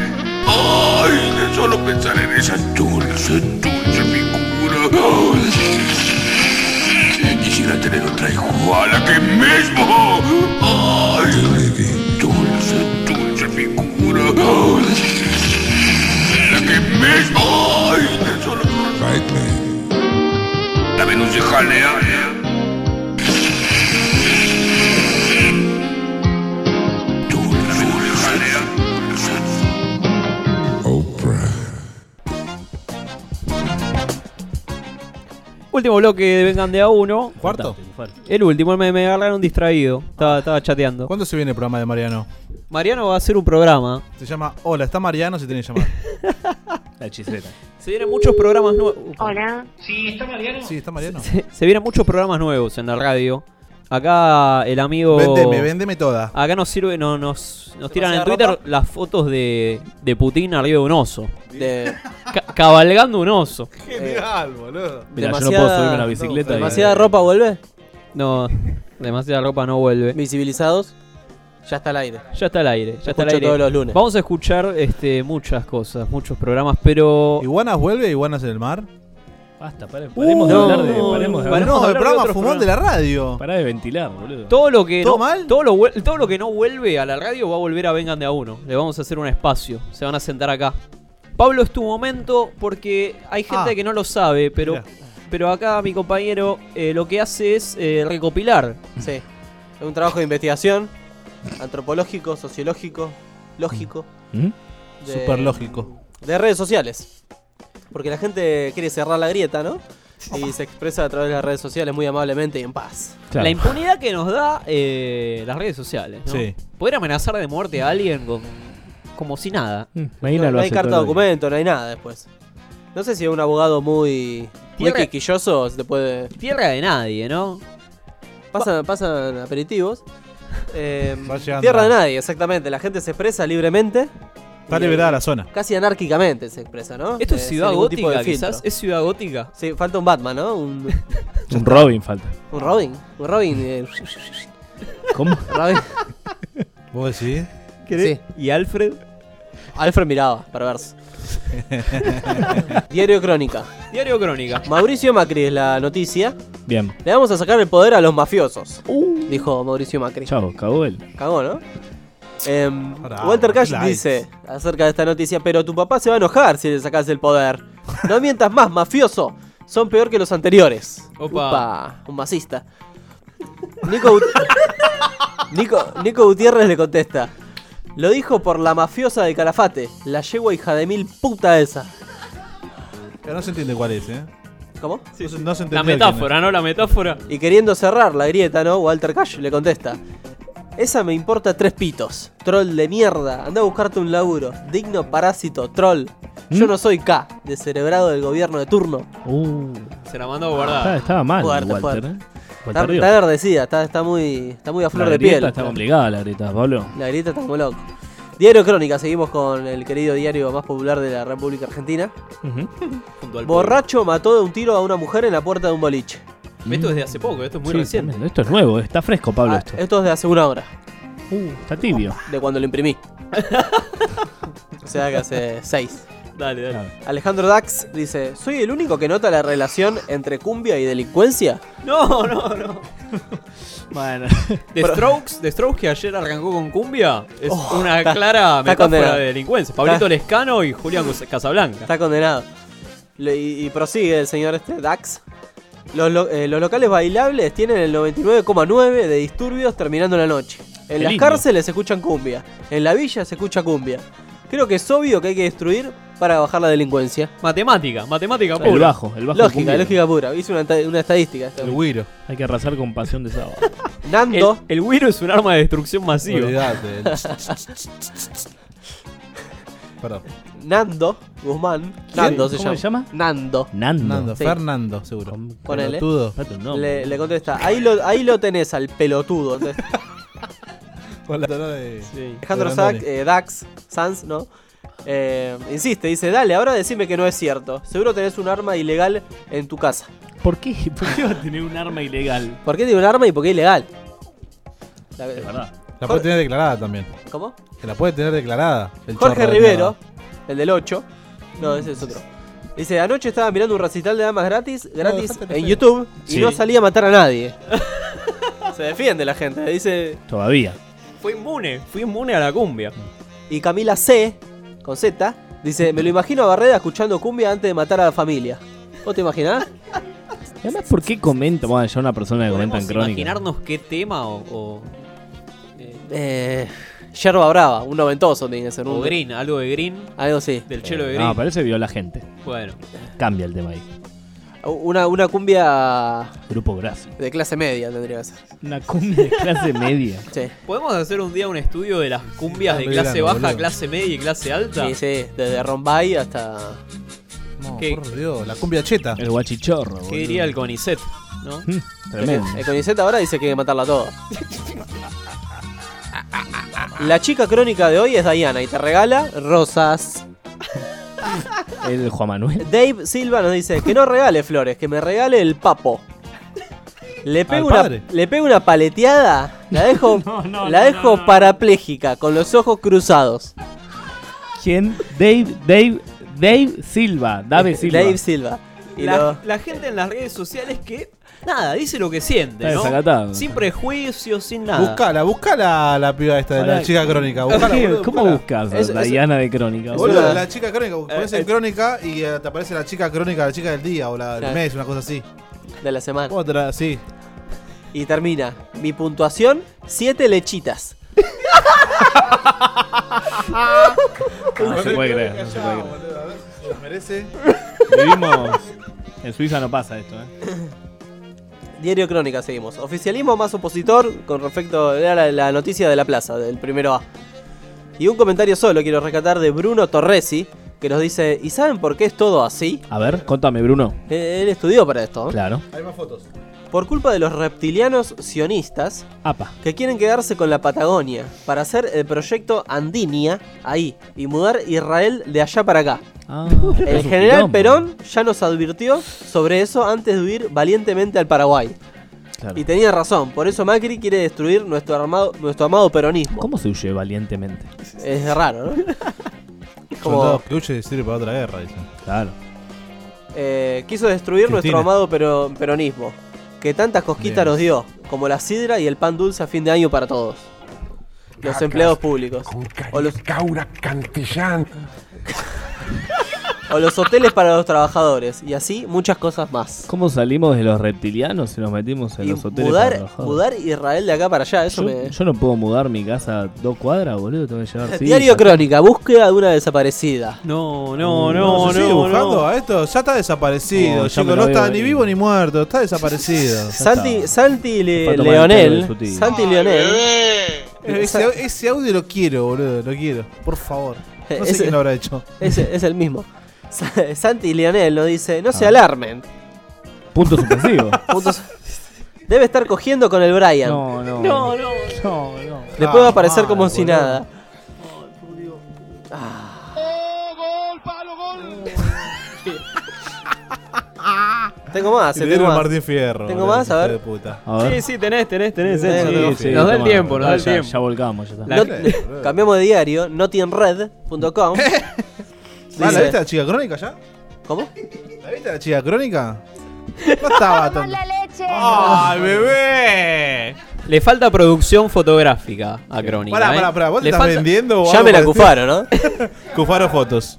[SPEAKER 2] ¡Ay! De solo pensar en esa dulce, dulce figura. ¡Ay! Quisiera tener otra igual aquí mismo. ¡Ay! Dulce, dulce figura. ¡Ay! Aquí mismo. ¡Ay! De solo La ah. Venus de Jalea. La Venus de Jalea.
[SPEAKER 6] Último bloque de Vengan de a uno.
[SPEAKER 1] ¿Cuarto?
[SPEAKER 6] El último, me, me agarraron distraído. Estaba, estaba chateando.
[SPEAKER 1] ¿Cuándo se viene el programa de Mariano?
[SPEAKER 6] Mariano va a hacer un programa.
[SPEAKER 1] Se llama Hola, está Mariano si tiene que llamar.
[SPEAKER 9] la chiseta.
[SPEAKER 6] Se vienen muchos programas nuevos.
[SPEAKER 26] Hola.
[SPEAKER 8] Sí, está Mariano.
[SPEAKER 1] Sí, está Mariano.
[SPEAKER 6] Se, se vienen muchos programas nuevos en la radio. Acá el amigo.
[SPEAKER 1] Véndeme, véndeme toda.
[SPEAKER 6] Acá nos sirve, no, nos, nos tiran en
[SPEAKER 7] Demasiada
[SPEAKER 6] Twitter
[SPEAKER 7] ropa.
[SPEAKER 6] las fotos de, de Putin arriba de un oso.
[SPEAKER 7] De-
[SPEAKER 6] Ca- cabalgando un oso.
[SPEAKER 1] Genial, boludo.
[SPEAKER 9] Mira, yo no
[SPEAKER 7] Demasiada-
[SPEAKER 9] puedo subirme a la bicicleta. y-
[SPEAKER 7] ¿Demasiada ropa vuelve?
[SPEAKER 6] No, demasiada ropa no vuelve.
[SPEAKER 7] Visibilizados. Ya está al aire.
[SPEAKER 6] Ya está al aire, ya está al
[SPEAKER 7] escucho
[SPEAKER 6] aire.
[SPEAKER 7] todos los lunes.
[SPEAKER 6] Vamos a escuchar este, muchas cosas, muchos programas, pero.
[SPEAKER 1] ¿Iguanas vuelve? ¿Iguanas en el mar? Uh,
[SPEAKER 9] Basta, pare- paremos de
[SPEAKER 6] no,
[SPEAKER 9] hablar de.
[SPEAKER 6] no,
[SPEAKER 9] Paremos de
[SPEAKER 6] no,
[SPEAKER 9] hablar
[SPEAKER 6] no,
[SPEAKER 9] de
[SPEAKER 6] el programa
[SPEAKER 9] otros
[SPEAKER 6] Fumón de
[SPEAKER 1] la
[SPEAKER 9] programas.
[SPEAKER 1] radio.
[SPEAKER 9] Pará de ventilar, boludo.
[SPEAKER 6] Todo lo que
[SPEAKER 9] ¿Todo
[SPEAKER 6] no,
[SPEAKER 9] mal?
[SPEAKER 6] Todo lo, vuel- todo lo que no vuelve a la radio va a volver a Vengan de a uno. Le vamos a hacer un espacio. Se van a sentar acá. Pablo, es tu momento porque hay gente
[SPEAKER 7] Ah.
[SPEAKER 6] que no lo sabe, pero,
[SPEAKER 7] Mirá.
[SPEAKER 6] pero acá mi compañero eh, lo que hace es eh, recopilar.
[SPEAKER 7] Sí. Es un trabajo de investigación. Antropológico, sociológico, lógico.
[SPEAKER 9] ¿Mm?
[SPEAKER 7] de-
[SPEAKER 1] Súper lógico.
[SPEAKER 7] De redes sociales. Porque la gente quiere cerrar la grieta, ¿no? Y se expresa a través de las redes sociales muy amablemente y en paz.
[SPEAKER 9] Claro.
[SPEAKER 6] La impunidad que nos da eh, las redes sociales. ¿no?
[SPEAKER 7] Sí.
[SPEAKER 6] Poder amenazar de muerte a alguien con- como si nada.
[SPEAKER 9] Medina
[SPEAKER 7] No,
[SPEAKER 9] Mm, lo
[SPEAKER 7] no hay
[SPEAKER 9] hace
[SPEAKER 7] carta de
[SPEAKER 9] todo el día.
[SPEAKER 7] documento, no hay nada después. No sé si es un abogado muy, muy
[SPEAKER 6] Tierra-
[SPEAKER 7] quisquilloso se te puede.
[SPEAKER 6] Tierra de nadie, ¿no?
[SPEAKER 7] Pasan, pasan aperitivos. Eh,
[SPEAKER 1] llegando.
[SPEAKER 7] tierra de nadie, exactamente. La gente se expresa libremente. eh,
[SPEAKER 1] Está liberada la zona.
[SPEAKER 7] Casi anárquicamente se expresa, ¿no?
[SPEAKER 6] Esto
[SPEAKER 7] Eh,
[SPEAKER 6] es
[SPEAKER 7] sin
[SPEAKER 6] ciudad
[SPEAKER 7] ningún tipo de
[SPEAKER 6] gótica,
[SPEAKER 7] filtro.
[SPEAKER 6] quizás. Es ciudad gótica.
[SPEAKER 7] Sí, falta un Batman, ¿no? Un,
[SPEAKER 9] Un Robin falta.
[SPEAKER 7] un Robin. Un Robin. eh,
[SPEAKER 9] ¿Cómo?
[SPEAKER 7] Robin.
[SPEAKER 1] ¿Vos decís?
[SPEAKER 6] ¿Querés? ¿Y Alfred?
[SPEAKER 7] Alfred miraba, perverso. Diario Crónica.
[SPEAKER 9] Diario Crónica.
[SPEAKER 7] Mauricio Macri es la noticia.
[SPEAKER 10] Bien.
[SPEAKER 7] Le vamos a sacar el poder a los mafiosos.
[SPEAKER 1] Uh.
[SPEAKER 7] Dijo Mauricio Macri.
[SPEAKER 10] Chao, cagó él.
[SPEAKER 7] Cagó, ¿no? Em, Walter Cash
[SPEAKER 10] Lights.
[SPEAKER 7] dice acerca de esta noticia, pero tu papá se va a enojar si le sacas el poder. No mientas más, mafioso. Son peor que los anteriores.
[SPEAKER 9] Opa.
[SPEAKER 7] Upa, un masista. Nico, Gut- Nico, Nico Gutiérrez le contesta. Lo dijo por la mafiosa de Calafate, la yegua hija de mil puta esa.
[SPEAKER 8] Pero no se entiende cuál es, ¿eh?
[SPEAKER 7] ¿Cómo?
[SPEAKER 8] No se- no se
[SPEAKER 9] La
[SPEAKER 8] entendía quién
[SPEAKER 9] metáfora, ¿no? La metáfora.
[SPEAKER 7] Y queriendo cerrar la grieta, ¿no? Walter Cash le contesta. Esa me importa tres pitos. Troll de mierda. Anda a buscarte un laburo. Digno parásito, troll.
[SPEAKER 10] ¿Mm?
[SPEAKER 7] Yo no soy K, descerebrado del gobierno de turno.
[SPEAKER 10] Uh,
[SPEAKER 9] Se la mandó a
[SPEAKER 10] estaba,
[SPEAKER 9] guardar.
[SPEAKER 10] estaba mal,
[SPEAKER 7] Fuerte,
[SPEAKER 10] Walter.
[SPEAKER 7] fuerte.
[SPEAKER 10] ¿eh?
[SPEAKER 7] Está,
[SPEAKER 10] Walter Ríos.
[SPEAKER 7] está agradecida, está, está muy, está muy a flor
[SPEAKER 10] La
[SPEAKER 7] de
[SPEAKER 10] grieta
[SPEAKER 7] piel.
[SPEAKER 10] Está complicada la grieta, Pablo.
[SPEAKER 7] La grieta está muy loca. Diario Crónica, seguimos con el querido diario más popular de la República Argentina.
[SPEAKER 9] Junto al
[SPEAKER 7] Borracho mató de un tiro a una mujer en la puerta de un boliche.
[SPEAKER 9] pueblo. Esto es de hace poco, esto es muy
[SPEAKER 10] Sí,
[SPEAKER 9] reciente.
[SPEAKER 10] tremendo. Esto es nuevo, está fresco, Pablo. esto.
[SPEAKER 7] Ah, Esto es de hace una hora.
[SPEAKER 10] Está tibio.
[SPEAKER 7] De cuando lo imprimí. o sea que hace seis.
[SPEAKER 9] Dale, dale.
[SPEAKER 7] Alejandro Dax dice, ¿soy el único que nota la relación entre cumbia y delincuencia?
[SPEAKER 9] No, no, no. Bueno. The
[SPEAKER 7] Pero-
[SPEAKER 9] Strokes, The Strokes que ayer arrancó con cumbia es
[SPEAKER 7] Oh,
[SPEAKER 9] una
[SPEAKER 7] está-
[SPEAKER 9] clara
[SPEAKER 7] está
[SPEAKER 9] metáfora
[SPEAKER 7] condenado.
[SPEAKER 9] de delincuencia. Pablito
[SPEAKER 7] Está-
[SPEAKER 9] Lescano y Julián Cus- Casablanca.
[SPEAKER 7] Está condenado. Lo- y, y prosigue el señor este, Dax. Los, lo- eh, los locales bailables tienen el 99,9 de disturbios terminando la noche. En
[SPEAKER 9] Qué
[SPEAKER 7] las
[SPEAKER 9] lindo.
[SPEAKER 7] cárceles se escuchan cumbia. En la villa se escucha cumbia. Creo que es obvio que hay que destruir para bajar la delincuencia.
[SPEAKER 9] Matemática, matemática
[SPEAKER 10] El
[SPEAKER 9] pura.
[SPEAKER 10] bajo, el bajo.
[SPEAKER 7] lógica,
[SPEAKER 10] cumbiero.
[SPEAKER 7] lógica pura. Hice una, enta- una estadística.
[SPEAKER 10] El
[SPEAKER 8] güiro.
[SPEAKER 10] Hay que arrasar con pasión de sábado.
[SPEAKER 7] Nando.
[SPEAKER 9] El güiro es un arma de destrucción masiva.
[SPEAKER 8] Olvidate. Perdón.
[SPEAKER 7] Nando Guzmán.
[SPEAKER 8] ¿Quién?
[SPEAKER 7] Nando se
[SPEAKER 8] ¿Cómo
[SPEAKER 7] llama. Nando.
[SPEAKER 10] Nando.
[SPEAKER 8] Nando,
[SPEAKER 7] Sí.
[SPEAKER 8] Fernando, seguro.
[SPEAKER 7] Ponele.
[SPEAKER 8] Pelotudo.
[SPEAKER 7] Le, le contesta, ahí lo, ahí lo tenés al pelotudo. Entonces,
[SPEAKER 8] Con la tonada de.
[SPEAKER 7] Alejandro
[SPEAKER 8] de
[SPEAKER 7] Sac,
[SPEAKER 8] Randone.
[SPEAKER 7] eh, Dax, Sans, ¿no? Eh, insiste, dice, dale, ahora decime que no es cierto. Seguro tenés un arma ilegal en tu casa.
[SPEAKER 10] ¿Por qué? ¿Por qué va a tener un arma ilegal?
[SPEAKER 7] ¿Por qué tiene un arma y por qué es ilegal? La-
[SPEAKER 10] Es verdad.
[SPEAKER 8] La puede tener declarada también.
[SPEAKER 7] ¿Cómo?
[SPEAKER 8] Que la puede tener declarada. el
[SPEAKER 7] Jorge
[SPEAKER 8] chorro de
[SPEAKER 7] Rivero, el del 8. No, ese es otro. Dice, anoche estaba mirando un recital de damas gratis, gratis
[SPEAKER 9] dejate de
[SPEAKER 7] en
[SPEAKER 9] pedo.
[SPEAKER 7] YouTube y
[SPEAKER 10] Sí.
[SPEAKER 7] no salía a matar a nadie. Se defiende la gente, dice,
[SPEAKER 10] Todavía.
[SPEAKER 9] Fue inmune, fue inmune a la cumbia.
[SPEAKER 7] Y Camila C, con Z, dice, me lo imagino a Barreda escuchando cumbia antes de matar a la familia. ¿Vos te imaginás?
[SPEAKER 10] Además, ¿por qué comenta? Bueno, yo una persona que comenta en
[SPEAKER 9] ¿Podemos
[SPEAKER 10] crónica.
[SPEAKER 9] imaginarnos qué tema o, o,
[SPEAKER 7] Eh, yerba brava, un noventoso tiene que ser.
[SPEAKER 9] o
[SPEAKER 7] Un,
[SPEAKER 9] Green? Algo de Green,
[SPEAKER 7] Algo así.
[SPEAKER 9] del chelo de Green.
[SPEAKER 10] Eh, No, parece viola gente.
[SPEAKER 9] Bueno,
[SPEAKER 10] Cambia el tema ahí.
[SPEAKER 7] Una, una cumbia
[SPEAKER 10] Grupo Gracia.
[SPEAKER 7] de clase media tendría que ser.
[SPEAKER 10] Una cumbia de clase media.
[SPEAKER 7] Sí.
[SPEAKER 9] ¿podemos hacer un día un estudio de las cumbias
[SPEAKER 7] Ah,
[SPEAKER 9] de
[SPEAKER 7] verano,
[SPEAKER 9] clase baja,
[SPEAKER 7] boludo.
[SPEAKER 9] clase media y clase alta?
[SPEAKER 7] Sí, sí, desde Rombay hasta...
[SPEAKER 8] No,
[SPEAKER 9] ¿Qué?
[SPEAKER 8] por Dios, la cumbia cheta.
[SPEAKER 10] El guachichorro.
[SPEAKER 9] ¿Qué diría el Conicet? ¿No?
[SPEAKER 10] Tremendo.
[SPEAKER 7] El Conicet ahora dice que hay que matarla toda. La chica crónica de hoy es Diana y te regala rosas.
[SPEAKER 10] eh, El Juan Manuel.
[SPEAKER 7] Dave Silva nos dice que no regale flores, que me regale el papo. Le pego, una,
[SPEAKER 8] padre?
[SPEAKER 7] le pego una paleteada, la dejo, la dejo parapléjica, con los ojos cruzados.
[SPEAKER 10] ¿Quién? Dave, Dave, Dave Silva.
[SPEAKER 8] Eh,
[SPEAKER 10] Dave Silva.
[SPEAKER 7] Dave Silva. Y
[SPEAKER 9] la,
[SPEAKER 7] lo-
[SPEAKER 9] la gente en las redes sociales que nada, dice lo que siente,
[SPEAKER 8] Está
[SPEAKER 9] ¿no?
[SPEAKER 8] desacatado.
[SPEAKER 9] Sin prejuicios, sin nada.
[SPEAKER 8] Buscala, buscala la piba esta de la
[SPEAKER 10] Pará.
[SPEAKER 8] chica crónica.
[SPEAKER 10] ¿Qué?
[SPEAKER 8] Buscala, boludo,
[SPEAKER 10] ¿Cómo
[SPEAKER 8] buscala.
[SPEAKER 10] buscas
[SPEAKER 8] Es-
[SPEAKER 10] a
[SPEAKER 8] es-
[SPEAKER 10] Diana de Crónica?
[SPEAKER 8] Boludo,
[SPEAKER 10] boludo?
[SPEAKER 8] la chica crónica, pones
[SPEAKER 7] Eh,
[SPEAKER 8] en
[SPEAKER 7] eh.
[SPEAKER 8] crónica y eh, te aparece la chica crónica, la chica del día o la del
[SPEAKER 7] Claro.
[SPEAKER 8] mes, una cosa así.
[SPEAKER 7] De la semana.
[SPEAKER 8] Otra, sí.
[SPEAKER 7] Y termina. Mi puntuación, 7 lechitas.
[SPEAKER 10] No se puede creer, no se puede creer.
[SPEAKER 8] ¿Lo merece?
[SPEAKER 10] Vivimos. En Suiza no pasa esto, ¿eh?
[SPEAKER 7] Diario Crónica, seguimos. Oficialismo más opositor con respecto a la, la noticia de la plaza, del primero A. Y un comentario solo quiero rescatar de Bruno Torresi, que nos dice, ¿y saben por qué es todo así?
[SPEAKER 10] A ver, contame, Bruno.
[SPEAKER 7] Eh, Él estudió para esto. ¿eh?
[SPEAKER 10] Claro.
[SPEAKER 8] Hay más fotos.
[SPEAKER 7] Por culpa de los reptilianos sionistas
[SPEAKER 10] Apa.
[SPEAKER 7] que quieren quedarse con la Patagonia para hacer el proyecto Andinia ahí y mudar Israel de allá para acá.
[SPEAKER 10] Ah,
[SPEAKER 7] El
[SPEAKER 10] es un
[SPEAKER 7] general
[SPEAKER 10] quilombo.
[SPEAKER 7] Perón ya nos advirtió sobre eso antes de huir valientemente al Paraguay.
[SPEAKER 10] Claro.
[SPEAKER 7] Y tenía razón, por eso Macri quiere destruir nuestro, armado, nuestro amado peronismo.
[SPEAKER 10] ¿Cómo se huye valientemente?
[SPEAKER 7] Es raro, ¿no? como-
[SPEAKER 8] Soldado que huye sirve para otra guerra, dicen.
[SPEAKER 9] Claro.
[SPEAKER 7] Eh, quiso destruir
[SPEAKER 8] Cristina.
[SPEAKER 7] nuestro amado pero, peronismo, que tantas cosquitas
[SPEAKER 8] Bien.
[SPEAKER 7] nos dio, como la sidra y el pan dulce a fin de año para todos. Los
[SPEAKER 2] Cacas
[SPEAKER 7] empleados públicos. O los,
[SPEAKER 2] Caura Cantillán.
[SPEAKER 7] o los hoteles para los trabajadores. Y así muchas cosas más.
[SPEAKER 9] ¿Cómo salimos de los reptilianos y nos metimos en los hoteles? para
[SPEAKER 7] Mudar,
[SPEAKER 9] trabajar?
[SPEAKER 7] mudar Israel de acá para allá, eso
[SPEAKER 9] yo,
[SPEAKER 7] me...
[SPEAKER 9] yo no puedo mudar mi casa a dos cuadras, boludo. Tengo que llevar.
[SPEAKER 7] Diario Crónica, búsqueda de una desaparecida.
[SPEAKER 5] No,
[SPEAKER 9] no,
[SPEAKER 8] No, se sigue buscando a esto, ya está desaparecido,
[SPEAKER 7] No, ya
[SPEAKER 8] chico,
[SPEAKER 7] me lo
[SPEAKER 8] no
[SPEAKER 7] veo
[SPEAKER 8] está
[SPEAKER 7] venir.
[SPEAKER 8] ni vivo ni muerto, está desaparecido.
[SPEAKER 7] Santi, Santi Le-
[SPEAKER 8] Falta tomar el pelo de su
[SPEAKER 7] Leonel.
[SPEAKER 8] tío.
[SPEAKER 7] Santi Leonel.
[SPEAKER 8] Ese, ese audio lo quiero, boludo, lo quiero, por favor. No sé
[SPEAKER 7] Ese-
[SPEAKER 8] quién lo habrá hecho.
[SPEAKER 7] Es, es el mismo. Sa- Santi Leonel nos dice, no se alarmen.
[SPEAKER 9] eh. Punto suspensivo.
[SPEAKER 7] Puntos- Debe estar cogiendo con el Brian.
[SPEAKER 9] No, no.
[SPEAKER 5] No, no.
[SPEAKER 9] No, no.
[SPEAKER 7] Después va a
[SPEAKER 5] Ah,
[SPEAKER 7] aparecer como
[SPEAKER 5] mal,
[SPEAKER 7] si
[SPEAKER 5] boludo.
[SPEAKER 7] nada.
[SPEAKER 8] Ah.
[SPEAKER 7] Tengo más, eh,
[SPEAKER 8] Le
[SPEAKER 7] tengo
[SPEAKER 8] dieron
[SPEAKER 7] más.
[SPEAKER 8] Martín Fierro.
[SPEAKER 7] Tengo
[SPEAKER 8] boludo,
[SPEAKER 7] más, a
[SPEAKER 8] hijo
[SPEAKER 7] ver.
[SPEAKER 8] de puta.
[SPEAKER 9] A ver.
[SPEAKER 5] Sí, sí, tenés, tenés, tenés.
[SPEAKER 7] Tengo,
[SPEAKER 5] Enzo.
[SPEAKER 7] tengo.
[SPEAKER 5] nos da el tiempo, nos da el
[SPEAKER 9] ya,
[SPEAKER 5] tiempo.
[SPEAKER 9] Ya volcamos, ya está.
[SPEAKER 7] Not- cambiamos de diario, notinred.com.
[SPEAKER 8] Ah, ¿La
[SPEAKER 7] Dice-
[SPEAKER 8] viste a la chica crónica ya?
[SPEAKER 7] ¿Cómo?
[SPEAKER 8] ¿La viste a la chica crónica? No estaba tan.
[SPEAKER 7] Ah.
[SPEAKER 8] ¡Ay, bebé!
[SPEAKER 5] Le falta producción fotográfica a Crónica.
[SPEAKER 8] Pará,
[SPEAKER 5] ¿eh?
[SPEAKER 8] pará, pará, ¿vos te
[SPEAKER 5] Le
[SPEAKER 8] estás
[SPEAKER 5] falta-
[SPEAKER 8] vendiendo o
[SPEAKER 5] Ya
[SPEAKER 8] algo
[SPEAKER 5] me la
[SPEAKER 8] parecido?
[SPEAKER 5] cufaron, ¿no?
[SPEAKER 8] Cufaro fotos.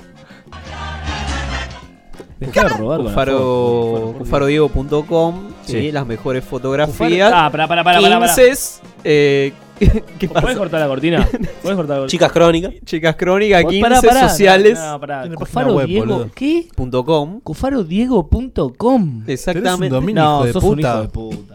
[SPEAKER 9] Dejá de robar con la
[SPEAKER 5] Cufaro, cufarodiego.com
[SPEAKER 9] Sí.
[SPEAKER 5] sí. las mejores fotografías.
[SPEAKER 9] Ah, pará, pará, pará, pará, pará.
[SPEAKER 5] Quinces, eh, ¿qué pasa?
[SPEAKER 9] ¿Puedes cortar la cortina? ¿Puedes cortar la cortina?
[SPEAKER 7] Chicas Crónica.
[SPEAKER 5] Chicas Crónica,
[SPEAKER 9] Vos,
[SPEAKER 5] 15
[SPEAKER 9] pará, pará,
[SPEAKER 5] sociales.
[SPEAKER 9] no, no, pará.
[SPEAKER 5] Tiene página
[SPEAKER 9] Cufaro
[SPEAKER 5] web,
[SPEAKER 9] Diego,
[SPEAKER 5] boludo.
[SPEAKER 9] ¿qué?
[SPEAKER 5] Punto com.
[SPEAKER 9] Cufarodiego.com.
[SPEAKER 5] Exactamente.
[SPEAKER 9] no, sos un hijo de
[SPEAKER 5] puta.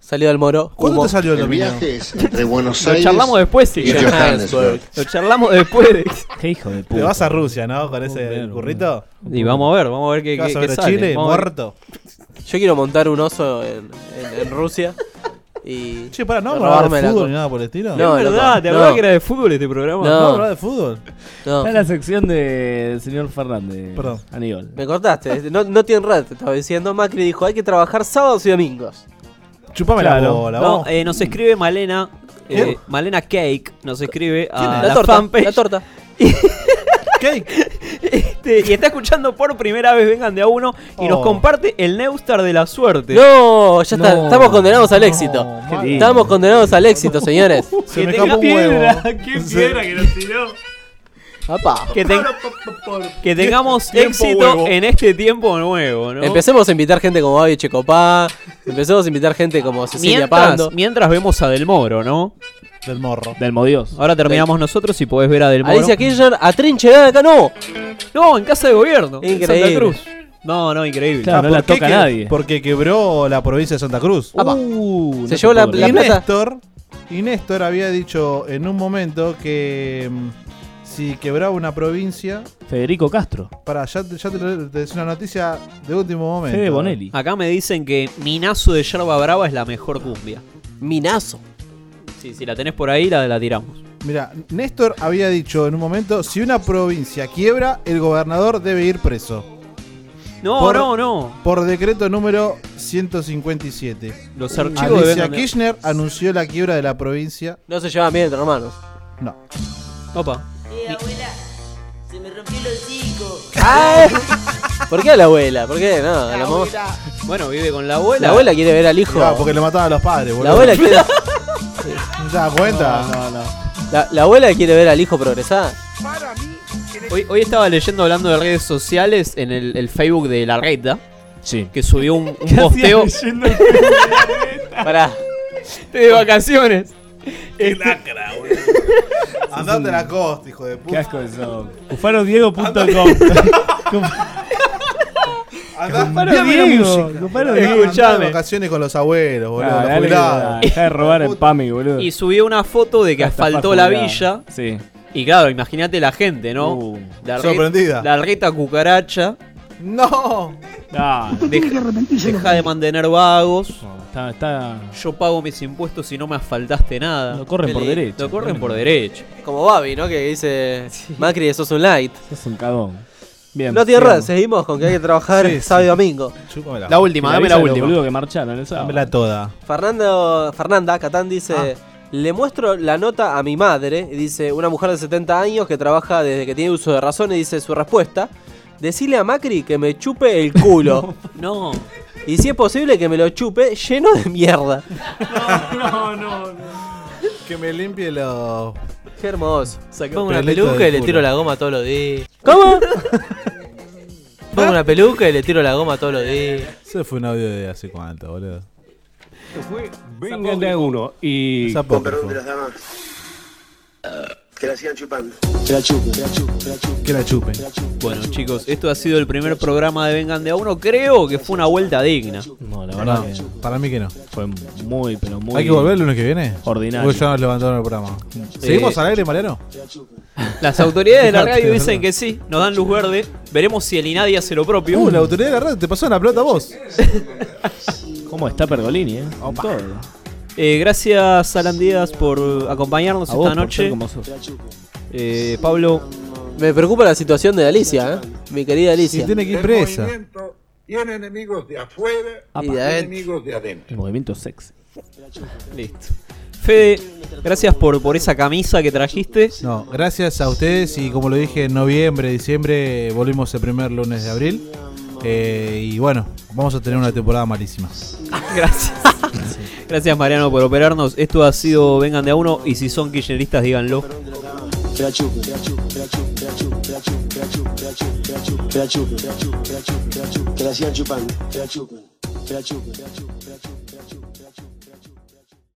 [SPEAKER 7] Salió del moro.
[SPEAKER 5] ¿Cuándo
[SPEAKER 7] Humo.
[SPEAKER 5] te salió el El dominio? viaje es entre Buenos Aires
[SPEAKER 7] Lo charlamos después, sí.
[SPEAKER 5] y Johannesburg. Lo charlamos después. de-
[SPEAKER 9] Qué hijo de
[SPEAKER 8] Te vas eh, a Rusia, ¿no? Con ese currito.
[SPEAKER 5] Y vamos a ver, vamos a ver qué,
[SPEAKER 8] ¿Qué vas
[SPEAKER 5] qué-
[SPEAKER 8] a
[SPEAKER 5] qué
[SPEAKER 8] ver a
[SPEAKER 5] sale.
[SPEAKER 8] Chile?
[SPEAKER 5] Vamos a ver.
[SPEAKER 8] Muerto.
[SPEAKER 7] Yo quiero montar un oso en, en- en Rusia. Y
[SPEAKER 8] Che, pará, ¿no
[SPEAKER 7] y
[SPEAKER 8] vamos a hablar de
[SPEAKER 7] robarme la
[SPEAKER 8] fútbol
[SPEAKER 7] co-
[SPEAKER 8] ni nada por el estilo?
[SPEAKER 7] No,
[SPEAKER 5] es verdad,
[SPEAKER 7] loco,
[SPEAKER 5] ¿te
[SPEAKER 7] no.
[SPEAKER 5] acordás que era de fútbol este programa?
[SPEAKER 7] No.
[SPEAKER 8] ¿Vamos a hablar de fútbol?
[SPEAKER 7] No.
[SPEAKER 9] Está en la sección del señor Fernández.
[SPEAKER 7] Perdón.
[SPEAKER 9] Aníbal.
[SPEAKER 7] Me cortaste, no, no tiene red, te estaba diciendo. Macri dijo, hay que trabajar sábados y domingos.
[SPEAKER 8] Chupame la
[SPEAKER 5] Claro.
[SPEAKER 8] bola,
[SPEAKER 5] No,
[SPEAKER 8] vos.
[SPEAKER 5] eh, nos escribe Malena. eh,
[SPEAKER 7] ¿Quién?
[SPEAKER 5] Malena Cake nos escribe
[SPEAKER 7] ¿Quién
[SPEAKER 5] a
[SPEAKER 7] es?
[SPEAKER 5] la,
[SPEAKER 7] La torta,
[SPEAKER 5] fanpage.
[SPEAKER 7] la torta.
[SPEAKER 5] Este, y está escuchando por primera vez Vengan de a uno y nos
[SPEAKER 7] Oh.
[SPEAKER 5] comparte el Neustar de la suerte.
[SPEAKER 7] No, ya está,
[SPEAKER 5] No.
[SPEAKER 7] estamos condenados
[SPEAKER 8] Oh,
[SPEAKER 7] al éxito.
[SPEAKER 5] lindo.
[SPEAKER 7] estamos condenados al éxito, señores.
[SPEAKER 5] Que tenga piedra, qué piedra que nos tiró.
[SPEAKER 7] Papá.
[SPEAKER 5] Que, ten- que tengamos
[SPEAKER 7] Tiempo
[SPEAKER 5] éxito
[SPEAKER 7] huevo.
[SPEAKER 5] en este tiempo nuevo, ¿no?
[SPEAKER 7] Empecemos a invitar gente como Babi Checopá. Empecemos a invitar gente como Cecilia Pando.
[SPEAKER 5] mientras, mientras vemos a Del Moro, ¿no?
[SPEAKER 8] Del Morro.
[SPEAKER 9] Del Modios.
[SPEAKER 5] Ahora terminamos nosotros y podés ver a Del Moro.
[SPEAKER 7] Alicia Kirchner, a Trincherán acá no.
[SPEAKER 5] No, en casa de gobierno. en
[SPEAKER 7] Increíble.
[SPEAKER 5] Santa Cruz. No, no, increíble.
[SPEAKER 8] Ah, ¿por qué que- Porque quebró la provincia de Santa Cruz.
[SPEAKER 7] Apa.
[SPEAKER 8] Uh,
[SPEAKER 7] Se
[SPEAKER 8] no te
[SPEAKER 7] llevó la-
[SPEAKER 8] puedo
[SPEAKER 7] la
[SPEAKER 8] creer. y
[SPEAKER 7] plata.
[SPEAKER 8] Néstor, y Néstor había dicho en un momento que mm, si quebraba una provincia.
[SPEAKER 9] Federico Castro.
[SPEAKER 8] Para, ya, te- ya te, lo- te decía una noticia de último momento.
[SPEAKER 9] Fede Bonelli.
[SPEAKER 5] Acá me dicen que Minazo de Yerba Brava es la mejor cumbia.
[SPEAKER 7] Minazo.
[SPEAKER 5] Sí, si la tenés por ahí, la, la tiramos.
[SPEAKER 8] Mira, Néstor había dicho en un momento: si una provincia quiebra, el gobernador debe ir preso.
[SPEAKER 5] No,
[SPEAKER 8] Por-
[SPEAKER 5] no, no.
[SPEAKER 8] Por decreto número 157.
[SPEAKER 5] Los
[SPEAKER 7] archivos
[SPEAKER 8] Alicia
[SPEAKER 7] de Vengan de-
[SPEAKER 8] Kirchner anunció la quiebra de la provincia.
[SPEAKER 7] No se llevan bien entre hermanos.
[SPEAKER 8] No.
[SPEAKER 5] Opa.
[SPEAKER 27] Eh, abuela, se me rompió el hocico.
[SPEAKER 7] ¿Por qué a la abuela? ¿Por qué? No, a la mamá.
[SPEAKER 5] Bueno, vive con la abuela.
[SPEAKER 7] La abuela quiere ver al hijo.
[SPEAKER 8] Claro, Ah, porque le mataban a los padres, boludo.
[SPEAKER 7] La abuela quiere.
[SPEAKER 8] ¿Te das cuenta?
[SPEAKER 7] La, la abuela quiere ver al hijo progresar.
[SPEAKER 5] Hoy, hoy estaba leyendo hablando de redes sociales en el, el Facebook de La Reta.
[SPEAKER 9] Sí.
[SPEAKER 5] Que subió un, un posteo.
[SPEAKER 7] Pará.
[SPEAKER 5] Estoy de vacaciones.
[SPEAKER 8] Qué lacra, boludo. Andate a la costa, hijo de puta.
[SPEAKER 9] Qué asco eso. Cufarodiego.com.
[SPEAKER 8] Bien, bien,
[SPEAKER 9] Diego.
[SPEAKER 8] música.
[SPEAKER 9] Cufaro
[SPEAKER 8] Andá-
[SPEAKER 9] Diego.
[SPEAKER 8] andá de vacaciones con los abuelos, boludo.
[SPEAKER 9] Ah,
[SPEAKER 8] los
[SPEAKER 9] dale,
[SPEAKER 8] jubilados.
[SPEAKER 9] Deja de robar el PAMI, boludo.
[SPEAKER 5] Y subió una foto de que
[SPEAKER 9] Hasta
[SPEAKER 5] asfaltó
[SPEAKER 9] fue
[SPEAKER 5] la
[SPEAKER 9] jubilado.
[SPEAKER 5] villa.
[SPEAKER 9] Sí.
[SPEAKER 5] Y claro, imagínate la gente, ¿no?
[SPEAKER 9] Uh,
[SPEAKER 5] la Reta-
[SPEAKER 8] sorprendida.
[SPEAKER 5] La Reta cucaracha.
[SPEAKER 8] ¡No!
[SPEAKER 5] Deja, deja de mantener vagos.
[SPEAKER 9] Está, está.
[SPEAKER 5] Yo pago mis impuestos y no me asfaltaste nada. Lo
[SPEAKER 9] corren por derecho.
[SPEAKER 5] Lo corren por derecho.
[SPEAKER 7] Como Babi, ¿no? Que dice Macri, sos un light.
[SPEAKER 9] Sos un cagón. Bien.
[SPEAKER 7] no tiene red,
[SPEAKER 9] Em, sigamos.
[SPEAKER 7] seguimos con que hay que trabajar
[SPEAKER 9] Sí, sí.
[SPEAKER 7] sábado y domingo.
[SPEAKER 8] Chúpamela.
[SPEAKER 5] La última,
[SPEAKER 9] Que
[SPEAKER 5] dame
[SPEAKER 9] avisa
[SPEAKER 5] la
[SPEAKER 9] a los
[SPEAKER 5] última.
[SPEAKER 9] boludos que marcharon el sábado.
[SPEAKER 8] Dámela toda.
[SPEAKER 9] Ah.
[SPEAKER 7] Fernando, Fernanda Catán dice:
[SPEAKER 1] Le muestro la nota a mi madre y dice, una mujer de 70 años que trabaja desde que tiene uso de razón y dice su respuesta, decile a Macri que me chupe el culo.
[SPEAKER 7] No.
[SPEAKER 1] Y si es posible que me lo chupe lleno de mierda.
[SPEAKER 7] No, no, no.
[SPEAKER 8] Que me limpie los.
[SPEAKER 1] Qué hermoso.
[SPEAKER 8] Saca
[SPEAKER 1] Pongo una peluca y le tiro la goma todos los días. Pongo una peluca y le tiro la goma todos los días.
[SPEAKER 8] Ese fue un audio de hace cuánto, boludo.
[SPEAKER 28] Vengan de a uno y.
[SPEAKER 8] Zapógrafo. Con perdón
[SPEAKER 28] de las damas.
[SPEAKER 29] Que la sigan chupando.
[SPEAKER 28] Te la chupo, te la chupo,
[SPEAKER 8] Que la chupen.
[SPEAKER 7] Bueno, chicos, esto ha sido el primer programa de Vengan de a uno. Creo que fue una vuelta digna.
[SPEAKER 9] No, la
[SPEAKER 8] No,
[SPEAKER 9] verdad que
[SPEAKER 8] para mí que no.
[SPEAKER 9] fue muy, pero muy.
[SPEAKER 8] ¿Hay que volver el lunes que viene?
[SPEAKER 9] Ordinario.
[SPEAKER 8] Porque ya nos levantaron el programa. ¿Seguimos
[SPEAKER 7] Eh,
[SPEAKER 8] al aire, Mariano?
[SPEAKER 7] Las autoridades de la
[SPEAKER 8] Fíjate,
[SPEAKER 7] radio
[SPEAKER 8] perdón.
[SPEAKER 7] dicen que sí, nos dan luz verde. Veremos si el INADI hace lo propio.
[SPEAKER 8] Uh, la autoridad de la red te pasó la plata a vos.
[SPEAKER 9] ¿Cómo está Pergolini, eh? Todo.
[SPEAKER 7] Eh, gracias, Alan Díaz, por acompañarnos
[SPEAKER 9] A vos
[SPEAKER 7] esta
[SPEAKER 9] por
[SPEAKER 7] noche.
[SPEAKER 9] ser como sos.
[SPEAKER 7] Eh, Pablo.
[SPEAKER 1] Me preocupa la situación de Alicia, ¿eh? Mi querida Alicia.
[SPEAKER 7] Sí, tiene que ir
[SPEAKER 1] presa.
[SPEAKER 2] Tiene enemigos de afuera
[SPEAKER 1] Apa.
[SPEAKER 2] y
[SPEAKER 1] Y de adentro.
[SPEAKER 2] enemigos de adentro.
[SPEAKER 9] El movimiento sexy.
[SPEAKER 7] Listo. Fede, gracias por, por esa camisa que trajiste.
[SPEAKER 8] No, gracias a ustedes y como lo dije en noviembre, diciembre, volvimos el primer lunes de abril. Eh, y bueno, vamos a tener una temporada malísima.
[SPEAKER 7] Gracias. Gracias, Mariano, por operarnos. Esto ha sido Vengan de a uno y si son kirchneristas, díganlo.
[SPEAKER 29] Te la chupo, te la chupo, te la chupo, te la chupo, te la chupo, te la chupo, te la chupo, te la chupo, te la chupo, te la chupo, te la chupo, te la chupo, te la sigan chupando. Te la chupo, te la chupo, te la chupo, te la chupo, te la chupo.